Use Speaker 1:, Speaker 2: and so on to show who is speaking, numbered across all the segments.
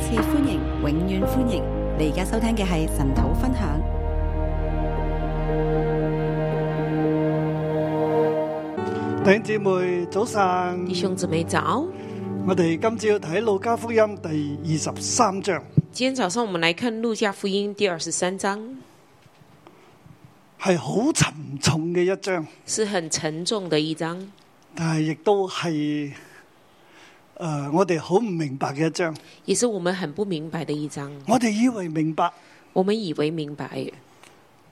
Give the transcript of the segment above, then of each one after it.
Speaker 1: 次歡迎，永遠歡迎！你而家收聽嘅係神土分享。
Speaker 2: 弟兄姊妹早晨
Speaker 3: 弟，兄姊妹早，
Speaker 2: 我哋今朝睇路加福音第二十三章，
Speaker 3: 今天早上我们来看《路加福音》第二十三章，
Speaker 2: 係好沉重嘅一章，
Speaker 3: 是很沉重的一章，
Speaker 2: 但係亦都係诶、呃我哋好唔明白嘅一章。
Speaker 3: 也是我们很不明白的一章。
Speaker 2: 我哋以為明白，
Speaker 3: 我们以为明白，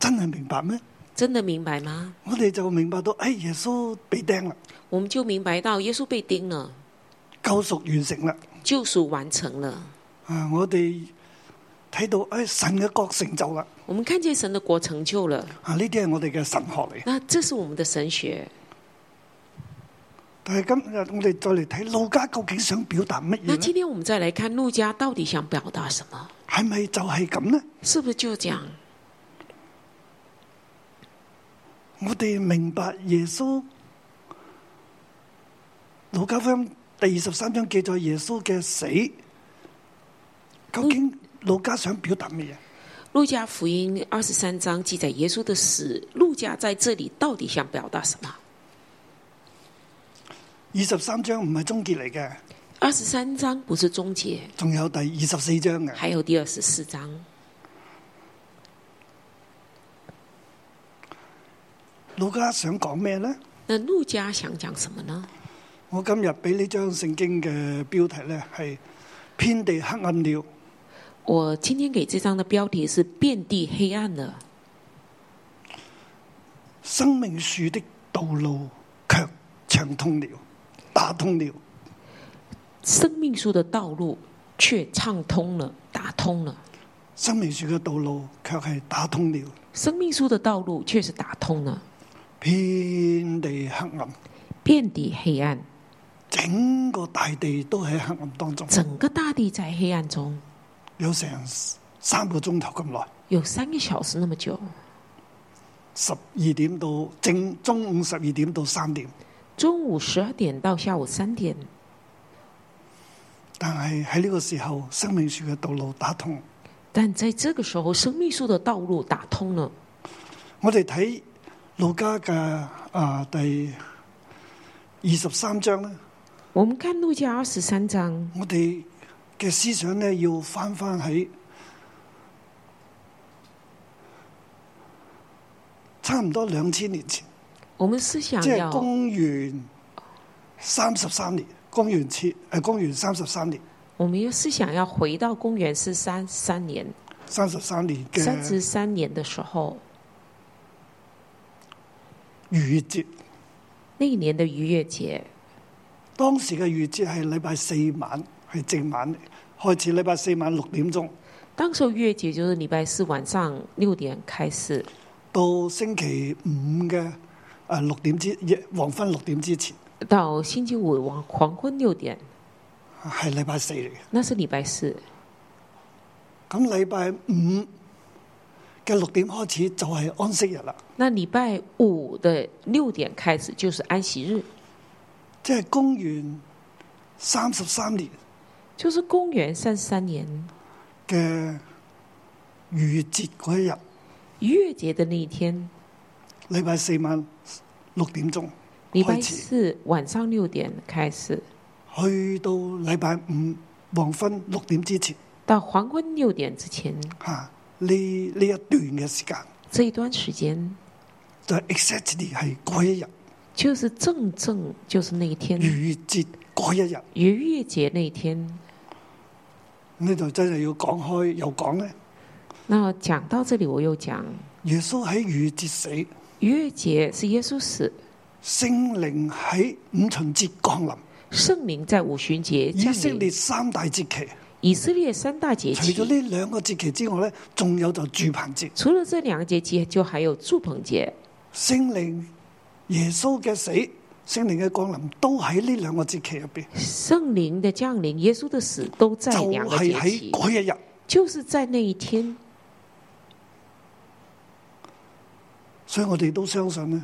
Speaker 2: 真係明白咩？
Speaker 3: 真的明白吗？
Speaker 2: 我哋就明白到，诶、耶穌被釘啦，
Speaker 3: 我们就明白到耶稣被钉了，
Speaker 2: 救贖完成啦。
Speaker 3: 救赎完成了，
Speaker 2: 啊，我哋睇到，诶、神嘅國成就啦。
Speaker 3: 我们看见神的国成就了。
Speaker 2: 啊，呢啲係我哋嘅神學嚟。
Speaker 3: 那这是我们的神学。
Speaker 2: 但係今日我哋再嚟睇路加究竟想表達乜
Speaker 3: 那
Speaker 2: 嘢
Speaker 3: 今
Speaker 2: 呢？
Speaker 3: 天我们再来看路加到底想表达什么？
Speaker 2: 係咪就係咁呢？
Speaker 3: 是不是就讲
Speaker 2: 我哋明白耶穌《路加福音》第二十三章記載耶穌嘅死，究竟路加想表達乜嘢？
Speaker 3: 路加福音二十三章记载耶稣的死？路加在这里到底想表达什么？
Speaker 2: 二十三章唔係終結嚟嘅，
Speaker 3: 二十三章不是终结，
Speaker 2: 仲有第二十四章嘅。
Speaker 3: 还有第二十四章。
Speaker 2: 路加想講咩呢？
Speaker 3: 那陆家想讲什么呢？
Speaker 2: 我今日俾呢章聖經嘅標題呢，係遍地黑暗了。
Speaker 3: 我今天给这章的标题是“遍地黑暗了，
Speaker 2: 生命樹的道路卻暢通了，打通了。
Speaker 3: 生命树的道路却畅通了，打通了。
Speaker 2: 生命樹嘅道路卻係打通了，
Speaker 3: 生命树的道路确实打通了，
Speaker 2: 遍地黑暗。
Speaker 3: 遍地黑暗，
Speaker 2: 整個大地都喺黑暗當中，
Speaker 3: 整个大地在黑暗中，
Speaker 2: 有成三個鐘頭咁耐，
Speaker 3: 有三个小时那么久，
Speaker 2: 十二點到正中午十二點到三點，
Speaker 3: 中午十二点到下午三点。
Speaker 2: 但係喺呢個時候，生命樹嘅道路打通。
Speaker 3: 但在这个时候，生命树的道路打通了。
Speaker 2: 我哋睇路加嘅啊第二十三章咧，
Speaker 3: 我们看路加二十三章，
Speaker 2: 我哋嘅思想咧要翻翻喺差唔多兩千年前。
Speaker 3: 我们思想
Speaker 2: 即係
Speaker 3: 要
Speaker 2: 公元三十三年，公元設誒公元三十三年，
Speaker 3: 我们又是想要回到公元是三三年、
Speaker 2: 三十三年
Speaker 3: 三十
Speaker 2: 嘅
Speaker 3: 三年的时候，
Speaker 2: 逾越節。
Speaker 3: 那一年的逾越节，
Speaker 2: 當時嘅逾越節係禮拜四晚，係正晚嚟開始，禮拜四晚六點鐘
Speaker 3: 当时候逾越节就是礼拜四晚上六点开始，
Speaker 2: 到星期五嘅誒六點之夜黃昏六點之前
Speaker 3: 到星期五晚黄昏六点，
Speaker 2: 係禮拜四嚟嘅。
Speaker 3: 那是礼拜四。
Speaker 2: 咁禮拜五嘅六點開始就係安息日啦，
Speaker 3: 那礼拜五的六点开始就是安息日，
Speaker 2: 即係公元三十三年
Speaker 3: 就是公元三十三年
Speaker 2: 嘅逾越節嗰一日。
Speaker 3: 逾越节的那一天，
Speaker 2: 禮拜四晚六點鐘
Speaker 3: 礼拜
Speaker 2: 開始，
Speaker 3: 四晚上六点开始，
Speaker 2: 去到禮拜五黃昏六點之前，
Speaker 3: 到黄昏六点之前
Speaker 2: 嚇呢呢一段嘅時間
Speaker 3: 这一段时间，
Speaker 2: 就係 exactly 係嗰一日
Speaker 3: 就是正正就是那一天。
Speaker 2: 逾越節嗰一日，
Speaker 3: 逾越节那一天，
Speaker 2: 呢度真係要講開又講咧。
Speaker 3: 那讲到这里，我又講
Speaker 2: 耶穌喺逾越節死，
Speaker 3: 逾越节是耶稣死，
Speaker 2: 聖靈喺五旬節降臨，
Speaker 3: 圣灵在五旬节
Speaker 2: 以
Speaker 3: 降
Speaker 2: 色列
Speaker 3: 临。
Speaker 2: 三大節期。
Speaker 3: 以色列三大节
Speaker 2: 除咗
Speaker 3: 期，
Speaker 2: 呢兩個節期之外咧，仲有就住棚節。
Speaker 3: 除了这两个节期，就还有祝棚节。
Speaker 2: 聖靈耶穌嘅死、聖靈嘅降臨都喺呢兩個節期入邊。
Speaker 3: 圣灵的降临，耶稣的死，都在
Speaker 2: 就
Speaker 3: 两个
Speaker 2: 係
Speaker 3: 节
Speaker 2: 喺
Speaker 3: 期，
Speaker 2: 嗰一日，
Speaker 3: 就是在那一天。
Speaker 2: 所以我哋都相信咧，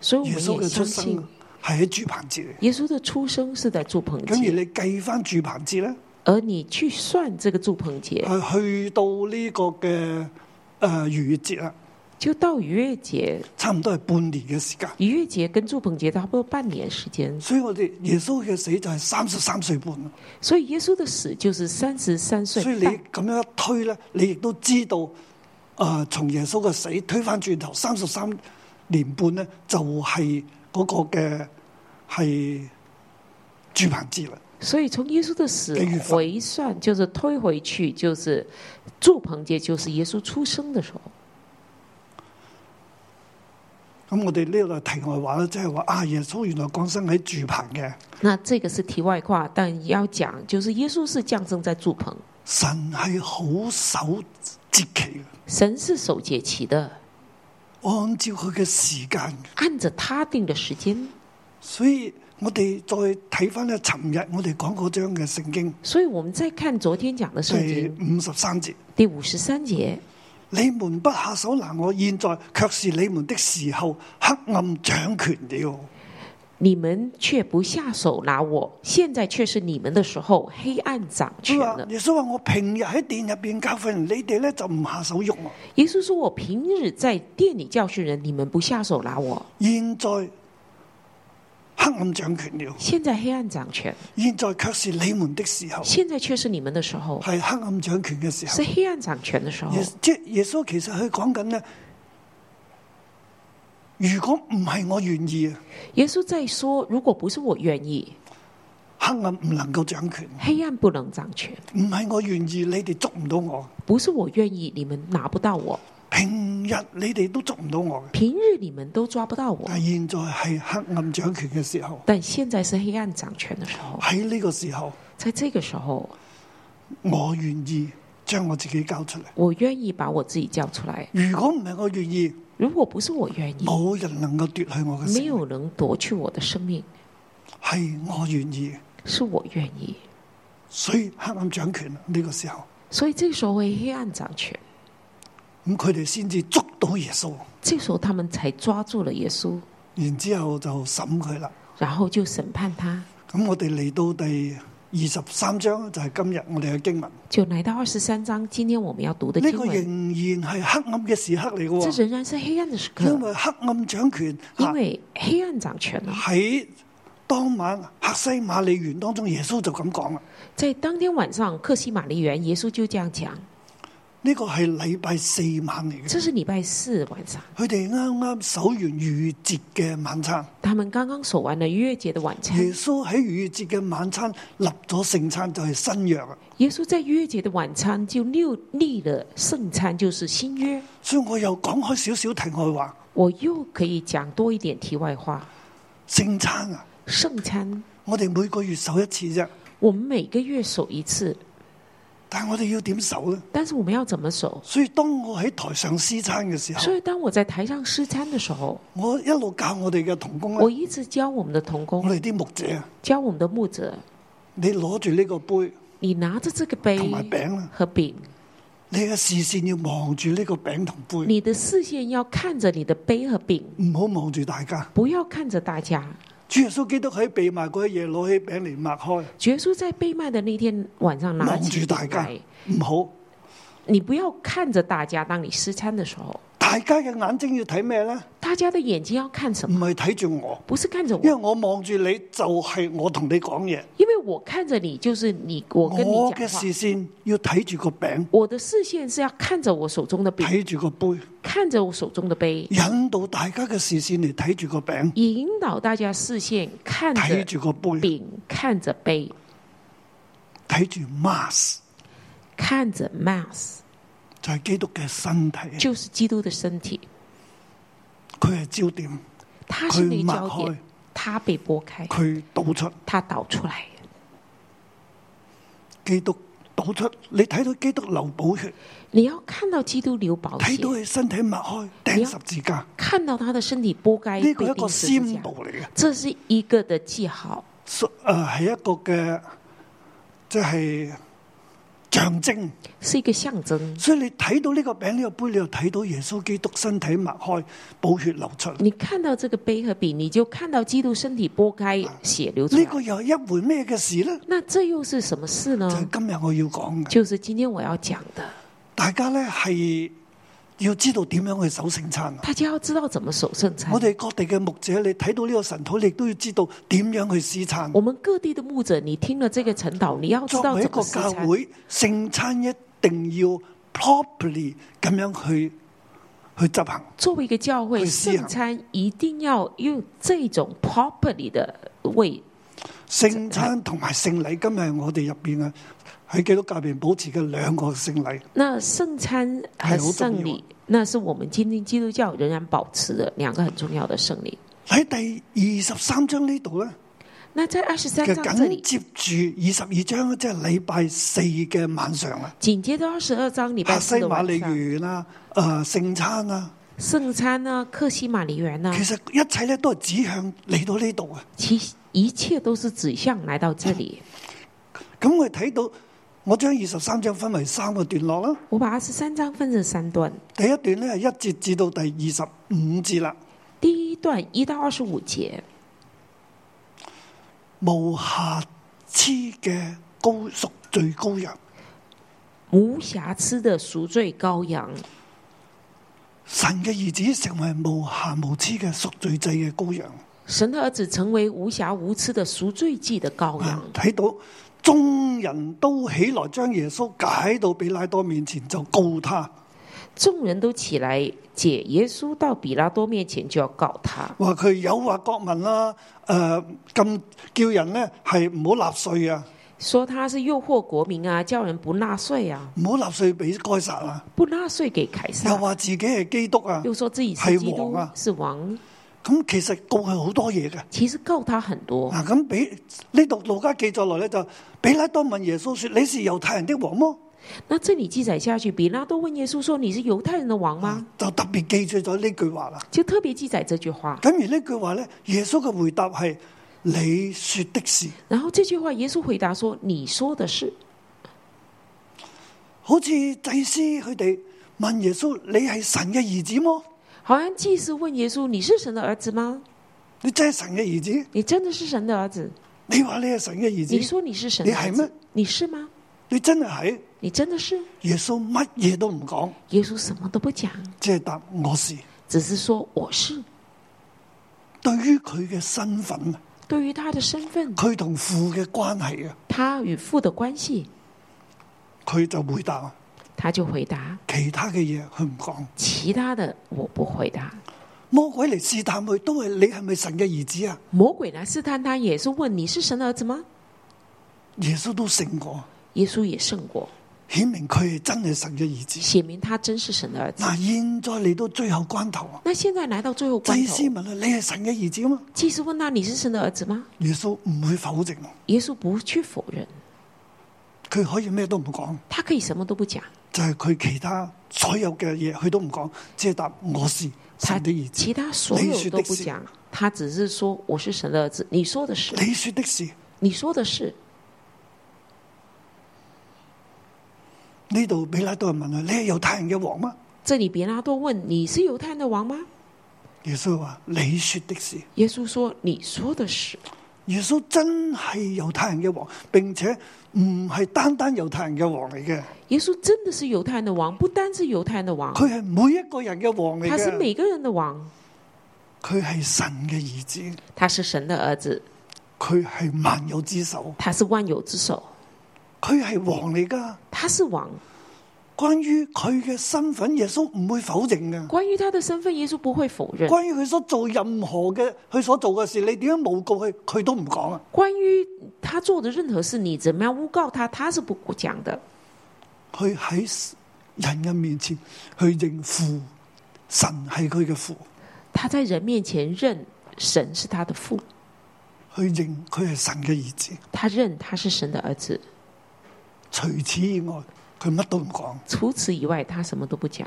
Speaker 3: 所以我
Speaker 2: 耶
Speaker 3: 们
Speaker 2: 穌嘅
Speaker 3: 也
Speaker 2: 出
Speaker 3: 相
Speaker 2: 生
Speaker 3: 信，
Speaker 2: 係喺住棚節嚟。
Speaker 3: 耶稣的出生是在祝棚
Speaker 2: 咁而
Speaker 3: 节。
Speaker 2: 你計翻住棚節咧，
Speaker 3: 而你去算这个祝棚节，
Speaker 2: 係去到呢個嘅誒逾越節啦，
Speaker 3: 就到逾越节，
Speaker 2: 差唔多係半年嘅時間。
Speaker 3: 逾越节跟祝棚节差不多半年时间，
Speaker 2: 所以我哋耶穌嘅死就係三十三歲半啦。
Speaker 3: 所以耶稣的死就是三十三岁
Speaker 2: 所以你
Speaker 3: 半。
Speaker 2: 咁樣一推咧，你亦都知道，啊、從耶穌嘅死推翻轉頭三十三年半咧，就係嗰個嘅係住棚節啦。
Speaker 3: 所以从耶稣的死
Speaker 2: 给予法
Speaker 3: 回算，就是推回去，就是祝棚节，就是耶稣出生的时候。
Speaker 2: 咁我哋呢度係題外話啦，即係話啊，耶穌原來降生喺住棚嘅，
Speaker 3: 那这个是题外话，但要讲就是耶稣是降生在祝棚，
Speaker 2: 神係好守節期嘅，
Speaker 3: 神是守节期的，
Speaker 2: 按照佢嘅時間嘅。
Speaker 3: 按着他定的时间。
Speaker 2: 所以我哋再睇翻咧，尋日我哋講嗰章嘅聖經
Speaker 3: 所以我们再看昨天讲的圣
Speaker 2: 第
Speaker 3: 经
Speaker 2: 五十三節。
Speaker 3: 第五十三节，
Speaker 2: 你们不下手拿我，现在却是你们的时候，黑暗掌权了。
Speaker 3: 你们却不下手拿我，现在却是你们的时候，黑暗掌权
Speaker 2: 佢话
Speaker 3: 了。
Speaker 2: 耶稣话：我平日喺殿入边教训人，你哋咧就唔下手喐我。
Speaker 3: 耶稣说：“我平日在店里教训人，你们不下手拿我，
Speaker 2: 现在黑暗掌权了，
Speaker 3: 现在黑暗掌权，
Speaker 2: 现在却是你们的时候，系
Speaker 3: 现在却是你们的时候，
Speaker 2: 黑暗掌权嘅时候
Speaker 3: 是。黑暗掌权的时候
Speaker 2: 耶。即耶稣其实佢讲紧咧，如果唔系我愿意，”
Speaker 3: 耶稣在说：“如果不是我愿意，
Speaker 2: 黑暗唔能够掌权；
Speaker 3: 黑暗不能掌权；
Speaker 2: 唔系我愿意，你哋捉唔到我。
Speaker 3: 不是我愿意，你们拿不到我；
Speaker 2: 平日你哋都捉唔到我嘅。
Speaker 3: 平日你们都抓不到我。
Speaker 2: 但現在係黑暗掌權嘅時候，
Speaker 3: 但现在是黑暗掌权的时候，
Speaker 2: 喺呢個時候，
Speaker 3: 在这个时候，
Speaker 2: 我願意將我自己交出嚟。
Speaker 3: 我愿意把我自己叫出来。
Speaker 2: 如果唔係我願意，
Speaker 3: 如果不是我愿意，
Speaker 2: 冇人能夠奪去我嘅
Speaker 3: 没
Speaker 2: 性命。
Speaker 3: 有能夺去我的生命，
Speaker 2: 係我願意，
Speaker 3: 是我愿意。
Speaker 2: 所以黑暗掌權呢個時候，
Speaker 3: 所以这时候会黑暗掌权，
Speaker 2: 咁佢哋先至捉到耶穌，
Speaker 3: 这时候他们才抓住了耶稣，
Speaker 2: 然之後就審佢啦。
Speaker 3: 然后就审判他。
Speaker 2: 咁我哋嚟到第二十三章就係今日我哋嘅經文，呢、
Speaker 3: 就来到二十三章，今天我们要读的
Speaker 2: 個
Speaker 3: 经
Speaker 2: 仍
Speaker 3: 文，
Speaker 2: 然係黑暗嘅時刻嚟嘅
Speaker 3: 这
Speaker 2: 喎，
Speaker 3: 仍然是黑暗的时
Speaker 2: 因啊
Speaker 3: 刻，
Speaker 2: 為黑暗掌權
Speaker 3: 因為黑暗掌权啊了。
Speaker 2: 喺當晚客西馬利園當中，耶穌就咁講啦。
Speaker 3: 在当天晚上，克西玛丽园，耶稣就这样讲：
Speaker 2: 呢個係禮拜四晚嚟嘅，
Speaker 3: 这是礼拜四晚上，
Speaker 2: 佢哋啱啱守完逾越節嘅晚餐。
Speaker 3: 他们刚刚守完了逾越节的晚餐。
Speaker 2: 耶穌喺逾越節嘅晚餐立咗聖餐，就係新約啊！
Speaker 3: 耶稣在逾越节的晚餐就六立了圣餐，就是新约。
Speaker 2: 所以我又講開少少題外話，
Speaker 3: 我又可以讲多一点题外话。
Speaker 2: 聖餐啊，
Speaker 3: 圣餐，
Speaker 2: 我哋每個月守一次啫，
Speaker 3: 我们每个月守一次，
Speaker 2: 但係我哋要點守呢？
Speaker 3: 但是我们要怎么守？
Speaker 2: 所以當我喺台上施餐嘅時候
Speaker 3: 所，以当我在台上施餐的时候，
Speaker 2: 我一路教我哋嘅童工
Speaker 3: 我
Speaker 2: 咧，
Speaker 3: 一直教我们的童
Speaker 2: 我
Speaker 3: 工，
Speaker 2: 哋啲牧者啊，
Speaker 3: 教我们的牧者，
Speaker 2: 你攞住呢個杯
Speaker 3: 你拿着这个杯
Speaker 2: 同埋餅啦，
Speaker 3: 和饼，
Speaker 2: 你嘅視線要望住呢個餅同杯，
Speaker 3: 你的视线要看着你的杯和饼，
Speaker 2: 唔好望住大家。
Speaker 3: 不要看着大家。
Speaker 2: 主耶穌基督喺被賣嗰一夜攞起餅嚟擘開，
Speaker 3: 耶稣在被卖的那天晚上拿
Speaker 2: 望
Speaker 3: 起
Speaker 2: 住大
Speaker 3: 饼
Speaker 2: 家
Speaker 3: 来，，
Speaker 2: 唔好。
Speaker 3: 你不要看着大家。当你施餐的时候，
Speaker 2: 大家嘅眼睛要睇咩呢？
Speaker 3: 大家的眼睛要看什
Speaker 2: 唔
Speaker 3: 么？
Speaker 2: 係睇住我，
Speaker 3: 不是看着
Speaker 2: 因為
Speaker 3: 我，
Speaker 2: 我望住你就係我同你講嘢。
Speaker 3: 因为我看着你，就是你，我跟你
Speaker 2: 我嘅
Speaker 3: 讲话。
Speaker 2: 視線要睇住個餅，
Speaker 3: 我的视线是要看着我手中的饼，
Speaker 2: 睇住個杯，
Speaker 3: 看着我手中的杯，
Speaker 2: 引導大家嘅視線嚟睇住個餅，
Speaker 3: 引导大家視線看
Speaker 2: 睇
Speaker 3: 着
Speaker 2: 住個杯，
Speaker 3: 饼，看着杯，
Speaker 2: 睇住 mass
Speaker 3: 看着 mass，
Speaker 2: 嗯就係基督嘅身體，
Speaker 3: 就是基督的身体，
Speaker 2: 佢係焦點，
Speaker 3: 他是那
Speaker 2: 佢
Speaker 3: 个
Speaker 2: 擘
Speaker 3: 焦
Speaker 2: 開
Speaker 3: 点，他被拨开，
Speaker 2: 佢倒出
Speaker 3: 他倒出来。
Speaker 2: 基督倒出，你睇到基督流寶血，
Speaker 3: 你要看到基督流寶血
Speaker 2: 睇，到佢身體擘開釘
Speaker 3: 啊
Speaker 2: 十字架。
Speaker 3: 看到他的身体拨开
Speaker 2: 呢
Speaker 3: 被
Speaker 2: 個係一個
Speaker 3: 钉十字架
Speaker 2: symbol 嚟嘅呃
Speaker 3: 这是一个的记号，，
Speaker 2: 誒係一個嘅即係象象徵。
Speaker 3: 是一个象征。
Speaker 2: 所以你睇到呢個餅呢、個杯，你又睇到耶穌基督身體擘開，寶血流出。呢、
Speaker 3: 你看到这个杯和饼，你就看到基督身体剥开，
Speaker 2: 啊
Speaker 3: 血流出来。
Speaker 2: 個又係一回咩嘅事呢？
Speaker 3: 那这又是什么事
Speaker 2: 就係
Speaker 3: 呢？
Speaker 2: 今日我要講嘅，
Speaker 3: 就是今天我要讲的，
Speaker 2: 大家呢係要知道點樣去守聖餐啊！
Speaker 3: 大家要知道怎么守圣餐
Speaker 2: 我。哋各地嘅牧者，你睇到呢個神土，你亦都要知道點樣去施餐。啊
Speaker 3: 我们各地的牧者，你听了这个晨祷，你要知
Speaker 2: 作
Speaker 3: 道
Speaker 2: 為一
Speaker 3: 怎
Speaker 2: 個
Speaker 3: 么施
Speaker 2: 教
Speaker 3: 餐。
Speaker 2: 會，聖餐一定要 properly 咁樣去去執行。
Speaker 3: 作为一个教会，
Speaker 2: 会施行
Speaker 3: 圣餐一定要用这种 properly 的位
Speaker 2: 聖餐同埋聖禮，今日係我哋入边嘅喺基督教入边保持嘅兩個聖禮。
Speaker 3: 那圣餐和
Speaker 2: 哎
Speaker 3: 圣
Speaker 2: 我懂你
Speaker 3: 礼，那是我们今天基督教仍然保持的两个很重要的圣礼。
Speaker 2: 喺第二十三章呢度咧，
Speaker 3: 那在二十三
Speaker 2: 其實
Speaker 3: 章这
Speaker 2: 緊，
Speaker 3: 里
Speaker 2: 接住二十二章，即係禮拜四嘅晚上啊，
Speaker 3: 紧接着二十二章礼拜
Speaker 2: 帕西
Speaker 3: 四的
Speaker 2: 馬
Speaker 3: 晚
Speaker 2: 利
Speaker 3: 上，
Speaker 2: 園啊，诶、聖餐啊，
Speaker 3: 圣餐呢，克西马尼园呢，
Speaker 2: 其實一切咧都係指向嚟到呢度啊。
Speaker 3: 其一切都是指向来到这里。
Speaker 2: 咁我哋睇到，我將二十三章分為三個段落啦。
Speaker 3: 我把二十三章分成三段，
Speaker 2: 第一段咧係一節至到第二十五節啦，
Speaker 3: 第一段一到二十五节，
Speaker 2: 無瑕疵嘅高贖罪羔羊。
Speaker 3: 无瑕疵的赎罪羔羊，
Speaker 2: 神嘅兒子成為無瑕無疵嘅贖罪祭嘅羔羊，
Speaker 3: 神的儿子成为无瑕无疵的赎罪祭的羔羊。
Speaker 2: 啊睇到眾人都起來將耶穌解到比拉多面前就告他，
Speaker 3: 众人都起来解耶稣到比拉多面前，就要告他，
Speaker 2: 話佢誘惑國民啦、诶、咁叫人呢係唔好納税啊，
Speaker 3: 说他是诱惑国民啊，叫人不纳税啊，
Speaker 2: 唔好納税俾該撒啊，
Speaker 3: 不纳税给凯
Speaker 2: 又
Speaker 3: 撒，
Speaker 2: 話自己係基督啊，
Speaker 3: 又说自己
Speaker 2: 还
Speaker 3: 是基
Speaker 2: 王
Speaker 3: 督
Speaker 2: 啊
Speaker 3: 是王，
Speaker 2: 咁其實告佢好多嘢嘅。
Speaker 3: 其实告他很多。
Speaker 2: 嗱，咁比呢度路加記載落咧就比拉多問耶穌說：你是猶太人的王麼？
Speaker 3: 那这里记载下去，比拉多问耶稣说：“你是犹太人的王吗
Speaker 2: 就特別記住咗呢句話啦。？”
Speaker 3: 就特别记载这句话。
Speaker 2: 咁而呢句話咧，耶穌嘅回答係：你說的是，
Speaker 3: 然后这句话，耶稣回答说：“你说的是。
Speaker 2: 好似祭司佢哋問耶穌：你係神嘅兒子麼？”
Speaker 3: 好像祭司问耶稣：“你是神的儿子吗？
Speaker 2: 你真係神嘅兒子？
Speaker 3: 你真的是神的儿子？
Speaker 2: 你話你係神嘅兒
Speaker 3: 你
Speaker 2: 子，
Speaker 3: 说你是神的儿
Speaker 2: 你还吗
Speaker 3: 子？你是吗？
Speaker 2: 你真係係？
Speaker 3: 你真的是？”
Speaker 2: 耶穌乜嘢都唔講，
Speaker 3: 耶稣什么都不讲，
Speaker 2: 只係答我是。
Speaker 3: 只是说我是。
Speaker 2: 對於佢嘅身份，啊
Speaker 3: 对于他的身份，
Speaker 2: 佢同父嘅關係啊，
Speaker 3: 他与父的关系，
Speaker 2: 佢就回答啊。
Speaker 3: 他就回答，
Speaker 2: 其他嘅嘢佢唔講。
Speaker 3: 其他的我不回答。
Speaker 2: 魔鬼嚟試探佢，都係你係咪神嘅兒子啊？
Speaker 3: 魔鬼来试探他，也是问你是神的儿子吗？
Speaker 2: 耶穌都勝過，
Speaker 3: 耶稣也胜过，
Speaker 2: 顯明佢係真係神嘅兒子。
Speaker 3: 显明他真是神的儿子。
Speaker 2: 嗱，現在嚟到最後關頭啊，
Speaker 3: 那现在来到最后关
Speaker 2: 祭司
Speaker 3: 头，
Speaker 2: 問佢：你係神嘅兒子啊嘛？
Speaker 3: 祭司问他你是神的儿子吗？
Speaker 2: 耶穌唔會否認，
Speaker 3: 耶稣不去否认，
Speaker 2: 佢可以咩都唔講，
Speaker 3: 他可以什么都不讲，
Speaker 2: 就係佢其他所有嘅嘢佢都唔講，只係答我是
Speaker 3: 他
Speaker 2: 神的兒子。
Speaker 3: 其他所有都不讲，他只是说我是神的儿子。你说的是，
Speaker 2: 你說的是，
Speaker 3: 你说的是。
Speaker 2: 呢度比拉多人問佢：你係猶太人嘅王嗎？
Speaker 3: 这里别拉多问你是犹太人的王吗？
Speaker 2: 耶穌話：你說的是。
Speaker 3: 耶稣说：“你说的是，
Speaker 2: 耶穌真係猶太人嘅王，並且唔係單單猶太人嘅王嚟嘅，
Speaker 3: 耶稣真的是犹太人的王，不单是犹太人的王，
Speaker 2: 佢係每一個人嘅王嚟
Speaker 3: 他是
Speaker 2: 嘅，
Speaker 3: 每个人的王，
Speaker 2: 佢係神嘅兒子，
Speaker 3: 他是神的儿子，
Speaker 2: 佢係萬有之首，
Speaker 3: 他是万有之首，
Speaker 2: 佢係王嚟噶。
Speaker 3: 他是王。
Speaker 2: 關於佢嘅身份，耶穌唔會否認嘅。
Speaker 3: 关于他的身份，耶稣不会否认；
Speaker 2: 關於佢所做任何嘅，佢所做嘅事，你點樣诬告佢，佢都唔講啊。
Speaker 3: 关于他做的任何事，你怎么样诬告他，他是不讲的。
Speaker 2: 佢喺人嘅面前，去認父，神係佢嘅父，
Speaker 3: 他在人面前认神是他的父，
Speaker 2: 去認佢係神嘅兒子。
Speaker 3: 他认他是神的儿子。
Speaker 2: 除此以外，佢乜都唔講。
Speaker 3: 除此以外，他什么都不讲。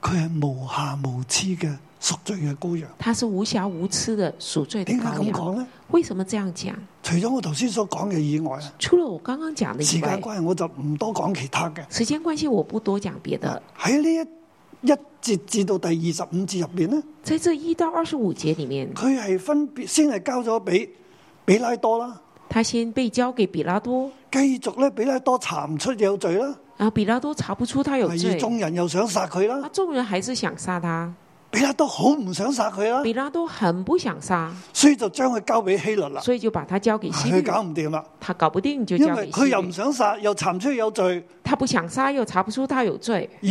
Speaker 2: 佢係無瑕無疵嘅贖罪嘅羔羊。
Speaker 3: 他是无瑕无疵的赎罪的
Speaker 2: 點解
Speaker 3: 羔
Speaker 2: 咁
Speaker 3: 羊。
Speaker 2: 講呢？
Speaker 3: 为什么这样讲？
Speaker 2: 除咗我頭先所講嘅以外，啊
Speaker 3: 除了我剛剛講的
Speaker 2: 時
Speaker 3: 以
Speaker 2: 間
Speaker 3: 外，
Speaker 2: 關係我就唔多講其他嘅。
Speaker 3: 時間關係，我不多講別的。
Speaker 2: 喺呢一一節至到第二十五節入邊呢，
Speaker 3: 在這一到二十五節裡面，
Speaker 2: 佢係分別先係交咗俾比拉多啦，
Speaker 3: 他先被交給比拉多，
Speaker 2: 繼續咧比拉多查唔出有罪啦，
Speaker 3: 然後比拉多查不出他有
Speaker 2: 而
Speaker 3: 罪，
Speaker 2: 眾人又想殺佢
Speaker 3: 那
Speaker 2: 啦，
Speaker 3: 眾人還是想殺他。
Speaker 2: 比拉多好唔想殺佢啦，
Speaker 3: 比拉多很不想殺，
Speaker 2: 所以就將佢交俾希律啦，
Speaker 3: 所以就把他交給希律
Speaker 2: 佢。啊搞唔掂啦，
Speaker 3: 他搞不定就
Speaker 2: 因
Speaker 3: 交
Speaker 2: 為
Speaker 3: 給
Speaker 2: 佢
Speaker 3: 希
Speaker 2: 又唔
Speaker 3: 律。
Speaker 2: 想殺，又查唔出有罪，
Speaker 3: 他不想殺，又查不出他有罪，
Speaker 2: 而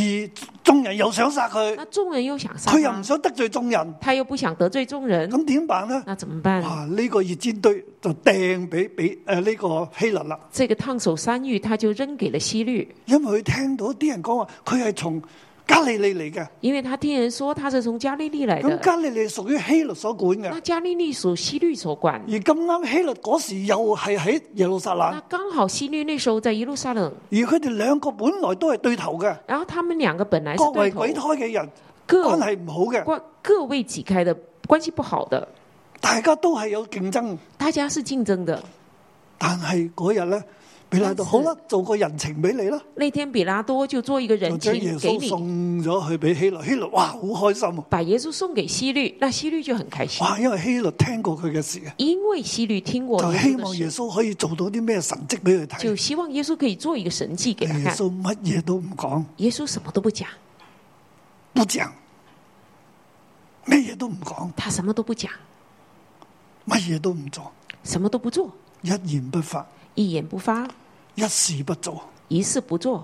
Speaker 2: 眾人又想殺佢，
Speaker 3: 那眾人又想啊殺
Speaker 2: 啊佢又唔
Speaker 3: 他，
Speaker 2: 想得罪眾人，
Speaker 3: 他又不想得罪眾人，
Speaker 2: 咁點辦呢？
Speaker 3: 那怎麼辦？
Speaker 2: 哇！呢、個熱煎堆就掟俾俾誒呢個希律啦，
Speaker 3: 這個燙手山芋他就扔給了希律，
Speaker 2: 因為佢聽到啲人講話，佢係從加利利嚟嘅，
Speaker 3: 因為他聽人說他是從加利利來
Speaker 2: 咁
Speaker 3: 的，
Speaker 2: 加利利屬於希律所管嘅
Speaker 3: 那，加利利屬希律所管
Speaker 2: 而。咁啱希律嗰時又係喺耶路撒
Speaker 3: 那
Speaker 2: 冷，
Speaker 3: 剛好希律那時候在耶路撒冷，
Speaker 2: 而佢哋兩個本來都係對頭嘅，
Speaker 3: 然後他們兩個本來
Speaker 2: 各
Speaker 3: 是對
Speaker 2: 為
Speaker 3: 頭
Speaker 2: 鬼，胎嘅人，
Speaker 3: 各
Speaker 2: 關係唔好嘅，
Speaker 3: 各各為己開的，關係不好的，
Speaker 2: 大家都係有競爭，
Speaker 3: 大家是競爭的。
Speaker 2: 但係嗰日咧，比拉多
Speaker 3: 但是
Speaker 2: 好啦，做個人情俾你啦，
Speaker 3: 那天比拉多就做一個
Speaker 2: 就
Speaker 3: 人
Speaker 2: 將耶
Speaker 3: 情給
Speaker 2: 穌
Speaker 3: 你，
Speaker 2: 送咗去俾希律，希律哇好開心啊！
Speaker 3: 把耶穌送給希律，那希律就很開心，
Speaker 2: 哇，因為希律聽過佢嘅事啊。
Speaker 3: 因為希律聽過
Speaker 2: 就
Speaker 3: 耶
Speaker 2: 希
Speaker 3: 穌的
Speaker 2: 望
Speaker 3: 事
Speaker 2: 耶穌可以做到啲咩神蹟俾佢
Speaker 3: 就啊
Speaker 2: 睇。
Speaker 3: 希望耶穌可以做一個神迹給他
Speaker 2: 但耶
Speaker 3: 看。
Speaker 2: 穌乜嘢都唔講，
Speaker 3: 耶穌什麼都不講，
Speaker 2: 不講，咩嘢都唔講，
Speaker 3: 他什麼都不講，
Speaker 2: 乜嘢都唔做，
Speaker 3: 什麼都不做，
Speaker 2: 一言不發，
Speaker 3: 一言不發，
Speaker 2: 一事不做。
Speaker 3: 一事不做。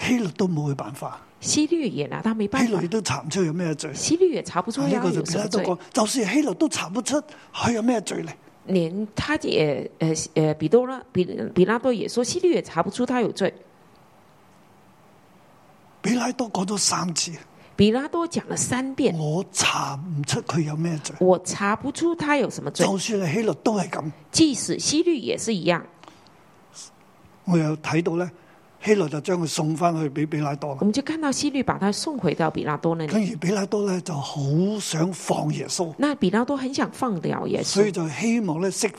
Speaker 2: 希律都冇佢辦法，
Speaker 3: 希律也拿他沒辦
Speaker 2: 希
Speaker 3: 法
Speaker 2: 律，都查唔出有咩罪。
Speaker 3: 希律也查不出
Speaker 2: 呢
Speaker 3: 他
Speaker 2: 個就
Speaker 3: 有
Speaker 2: 彼
Speaker 3: 什
Speaker 2: 拉
Speaker 3: 麼
Speaker 2: 多
Speaker 3: 罪，
Speaker 2: 講，就算希律都查不出佢有咩罪嚟，
Speaker 3: 連他也呃呃比多拉比比拉多也說希律也查不出他有罪。
Speaker 2: 比拉多講咗三次，
Speaker 3: 比拉多講了三遍，
Speaker 2: 我查唔出佢有咩罪。
Speaker 3: 我查不出他有什麼罪，
Speaker 2: 就算係希律都係咁，
Speaker 3: 即使希律也是一樣。
Speaker 2: 我又睇到咧，希律就將佢送翻去俾比拉多啦
Speaker 3: 我。们就看到希律把他送回到比拉多那裡，
Speaker 2: 跟住比拉多咧就好想放耶穌，
Speaker 3: 那比拉多很想放掉耶
Speaker 2: 所以
Speaker 3: 穌，
Speaker 2: 就希望咧釋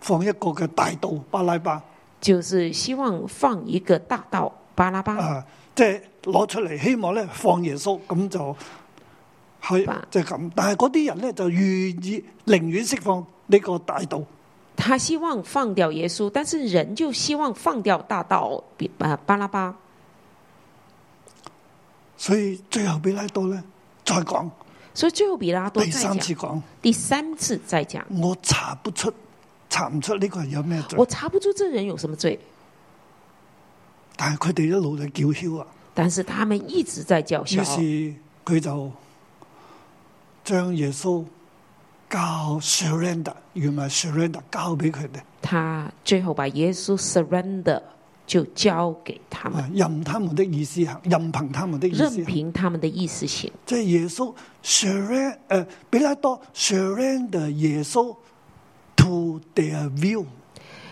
Speaker 2: 放一個嘅大盜巴拉巴
Speaker 3: 就是希望放一個大盜巴拉巴。
Speaker 2: 啊，即係攞出嚟，希望咧放耶穌，咁就係
Speaker 3: 吧
Speaker 2: 即係咁。但係嗰啲人咧就願意寧願釋放呢個大盜，
Speaker 3: 他希望放掉耶穌，但是人就希望放掉大盜比啊巴拉巴，
Speaker 2: 所以最後比拉多咧再講
Speaker 3: 所以最後比拉多
Speaker 2: 第
Speaker 3: 再
Speaker 2: 三次
Speaker 3: 講
Speaker 2: 講，
Speaker 3: 第三次再講，
Speaker 2: 我查不出查唔出呢個人有咩罪
Speaker 3: 我，查不出這人有什麼罪，
Speaker 2: 但係佢哋一路就叫囂啊，
Speaker 3: 但是他們一直在叫
Speaker 2: 於
Speaker 3: 囂，
Speaker 2: 是佢就將耶穌交 surrender，原來 surrender 交俾佢哋，
Speaker 3: 他最後把耶穌 surrender 就交給他們，
Speaker 2: 啊任他們的意思行，任憑他們的意思
Speaker 3: 任
Speaker 2: 行。
Speaker 3: 憑他們的意思行。
Speaker 2: 即係耶穌 surrender，誒、比拉多 surrender 耶穌 to their view，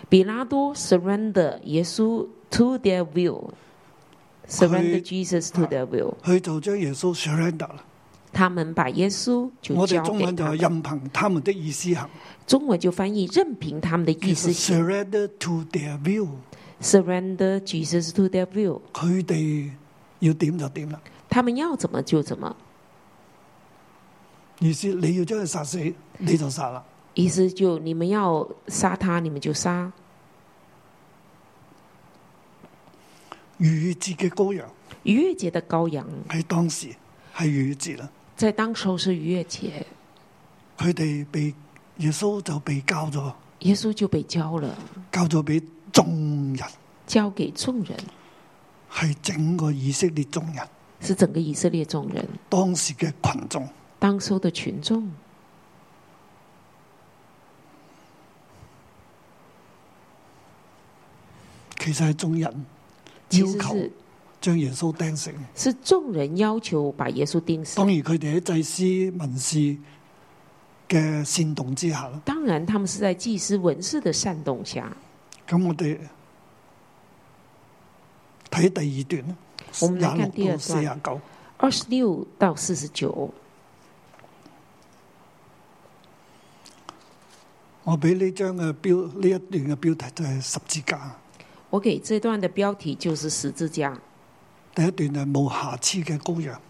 Speaker 3: 比拉多 surrender 耶穌 to their will，surrender
Speaker 2: 佢
Speaker 3: Jesus to their will，
Speaker 2: 佢就將耶穌 surrender 啦。
Speaker 3: 他們把耶穌就
Speaker 2: 我哋
Speaker 3: 交
Speaker 2: 中
Speaker 3: 給
Speaker 2: 文就
Speaker 3: 他
Speaker 2: 係
Speaker 3: 們。
Speaker 2: 任憑他們的意思行，
Speaker 3: 中文就翻譯任憑他們的意
Speaker 2: 其
Speaker 3: 思
Speaker 2: 實
Speaker 3: 行。
Speaker 2: surrender to their view，
Speaker 3: Surrender Jesus to their will，
Speaker 2: 佢哋要點就點啦。
Speaker 3: 他們要怎麼就怎麼，
Speaker 2: 意思你要將佢殺死，你就殺啦。
Speaker 3: 意思就你們要殺他，你們就殺。
Speaker 2: 逾越節嘅羔羊
Speaker 3: 逾越節的羔羊，
Speaker 2: 喺當時係逾越節啦，
Speaker 3: 在當時候是逾越節，
Speaker 2: 佢哋被耶穌就被交咗，
Speaker 3: 耶穌就被交了，
Speaker 2: 交咗俾眾人，
Speaker 3: 交給眾人，
Speaker 2: 係整個以色列眾人
Speaker 3: 是整個以色列眾人，
Speaker 2: 當時嘅群眾。
Speaker 3: 當時候的群眾。
Speaker 2: 其實係眾人
Speaker 3: 其
Speaker 2: 要
Speaker 3: 實
Speaker 2: 求
Speaker 3: 是
Speaker 2: 將耶穌釘死，
Speaker 3: 是眾人要求把耶穌釘死
Speaker 2: 當。然佢哋喺祭司文士嘅煽動之下啦。
Speaker 3: 當然，他們是在祭司文士的煽動下。
Speaker 2: 咁我哋睇第二段啦
Speaker 3: 我，們來
Speaker 2: 廿
Speaker 3: 看第
Speaker 2: 六到
Speaker 3: 二
Speaker 2: 四
Speaker 3: 段
Speaker 2: 廿九，
Speaker 3: 二十六到四十九，
Speaker 2: 我俾呢張嘅標呢一段嘅標題就係十字架。
Speaker 3: 我给这段的标题就是十字架。
Speaker 2: 第一段就係冇瑕疵嘅羔羊，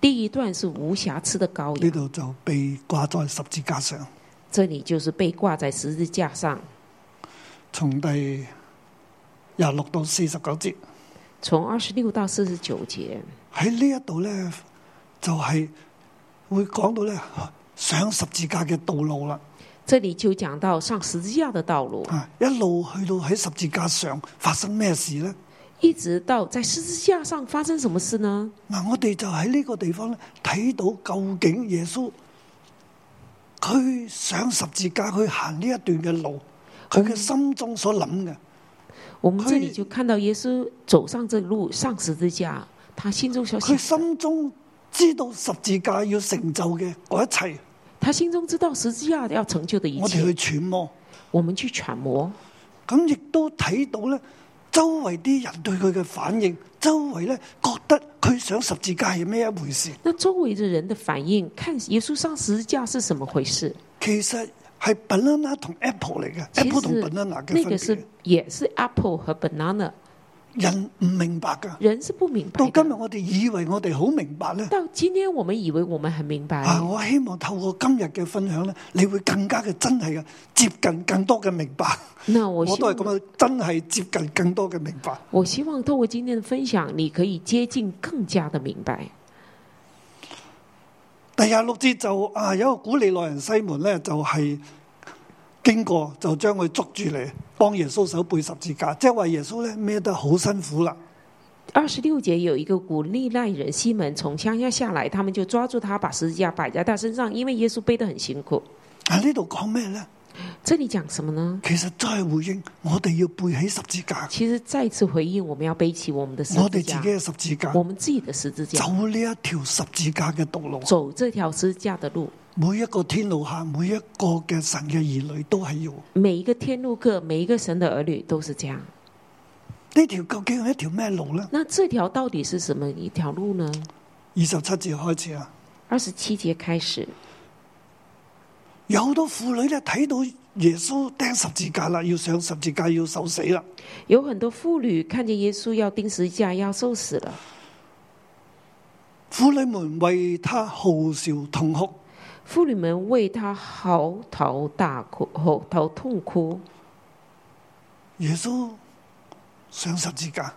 Speaker 3: 第一段是无瑕疵的羔
Speaker 2: 呢
Speaker 3: 羊，
Speaker 2: 度就被掛在十字架上。
Speaker 3: 这里就是被挂在十字架上。
Speaker 2: 從第廿六到四十九節
Speaker 3: 从二十六到四十九节，
Speaker 2: 喺呢一度咧，就係會講到咧上十字架嘅道路啦。
Speaker 3: 这里就讲到上十字架的道路，
Speaker 2: 啊，一路去到喺十字架上發生咩事呢？
Speaker 3: 一直到在十字架上发生什么事呢？
Speaker 2: 嗱，我哋就喺呢個地方咧，睇到究竟耶穌佢上十字架去行呢一段嘅路，佢嘅心中所諗嘅，
Speaker 3: 我们这里就看到耶稣走上这路上十字架，他心中所
Speaker 2: 佢
Speaker 3: 想，
Speaker 2: 心中知道十字架要成就嘅嗰一切，
Speaker 3: 他心中知道十字架要成就的一
Speaker 2: 我哋
Speaker 3: 切
Speaker 2: 去，揣摩，
Speaker 3: 我们去揣摩，
Speaker 2: 咁亦都睇到咧。周圍啲人對佢嘅反應，周圍咧覺得佢上十字架係咩一回事？
Speaker 3: 那周围的人的反应，看耶稣上十字架是什么回事？
Speaker 2: 其實係 banana 同 apple 嚟嘅
Speaker 3: 其
Speaker 2: ，apple 同
Speaker 3: 实
Speaker 2: banana 嘅
Speaker 3: 那
Speaker 2: 分
Speaker 3: 个是
Speaker 2: 別，
Speaker 3: 也是 apple 和 banana，
Speaker 2: 人唔明白㗎。
Speaker 3: 人是不明白
Speaker 2: 到今日
Speaker 3: 的。
Speaker 2: 我哋以為我哋好明白咧，
Speaker 3: 到今天我们以为我们很明白，
Speaker 2: 啊！我希望透過今日嘅分享咧，你會更加嘅真係嘅接近更多嘅明白。
Speaker 3: 那
Speaker 2: 我
Speaker 3: 我希
Speaker 2: 都係
Speaker 3: 望
Speaker 2: 咁樣，真係接近更多嘅明白。
Speaker 3: 我希望透过今天的分享，你可以接近更加的明白。
Speaker 2: 第廿六節就啊，有一個古利奈人西門咧，就係、經過就將佢捉住嚟，幫耶穌手背十字架，即係話耶穌咧孭得好辛苦啦。
Speaker 3: 二十六节有一个古利奈人西门从乡下下来，他们就抓住他，把十字架摆在他身上，因为耶稣背得很辛苦。
Speaker 2: 啊，呢度講咩咧？
Speaker 3: 这里讲什么呢？
Speaker 2: 其實真係回應我哋要背起十字架，
Speaker 3: 其实再次回应，我们要背起我们的十
Speaker 2: 我哋自己
Speaker 3: 字架，
Speaker 2: 嘅十字架
Speaker 3: 我，们自己的十字架，
Speaker 2: 走呢一條十字架嘅道路。
Speaker 3: 走这条十字架的路。
Speaker 2: 每一個天路下，每一個嘅神嘅兒女都係要
Speaker 3: 每一个天路客，每一个神的儿女都是这样。
Speaker 2: 呢條究竟係一條咩路呢？
Speaker 3: 那这条到底是什么一条路呢？
Speaker 2: 二十七節開始啊，
Speaker 3: 二十七节开始，
Speaker 2: 有好多婦女咧睇到耶穌釘十字架啦，要上十字架要受死啦，
Speaker 3: 有很多妇女看见耶稣要钉十字架，要受死了。
Speaker 2: 婦女們為他號啕痛哭，
Speaker 3: 妇女们为他嚎啕大哭，嚎啕痛哭。
Speaker 2: 耶穌上十字架，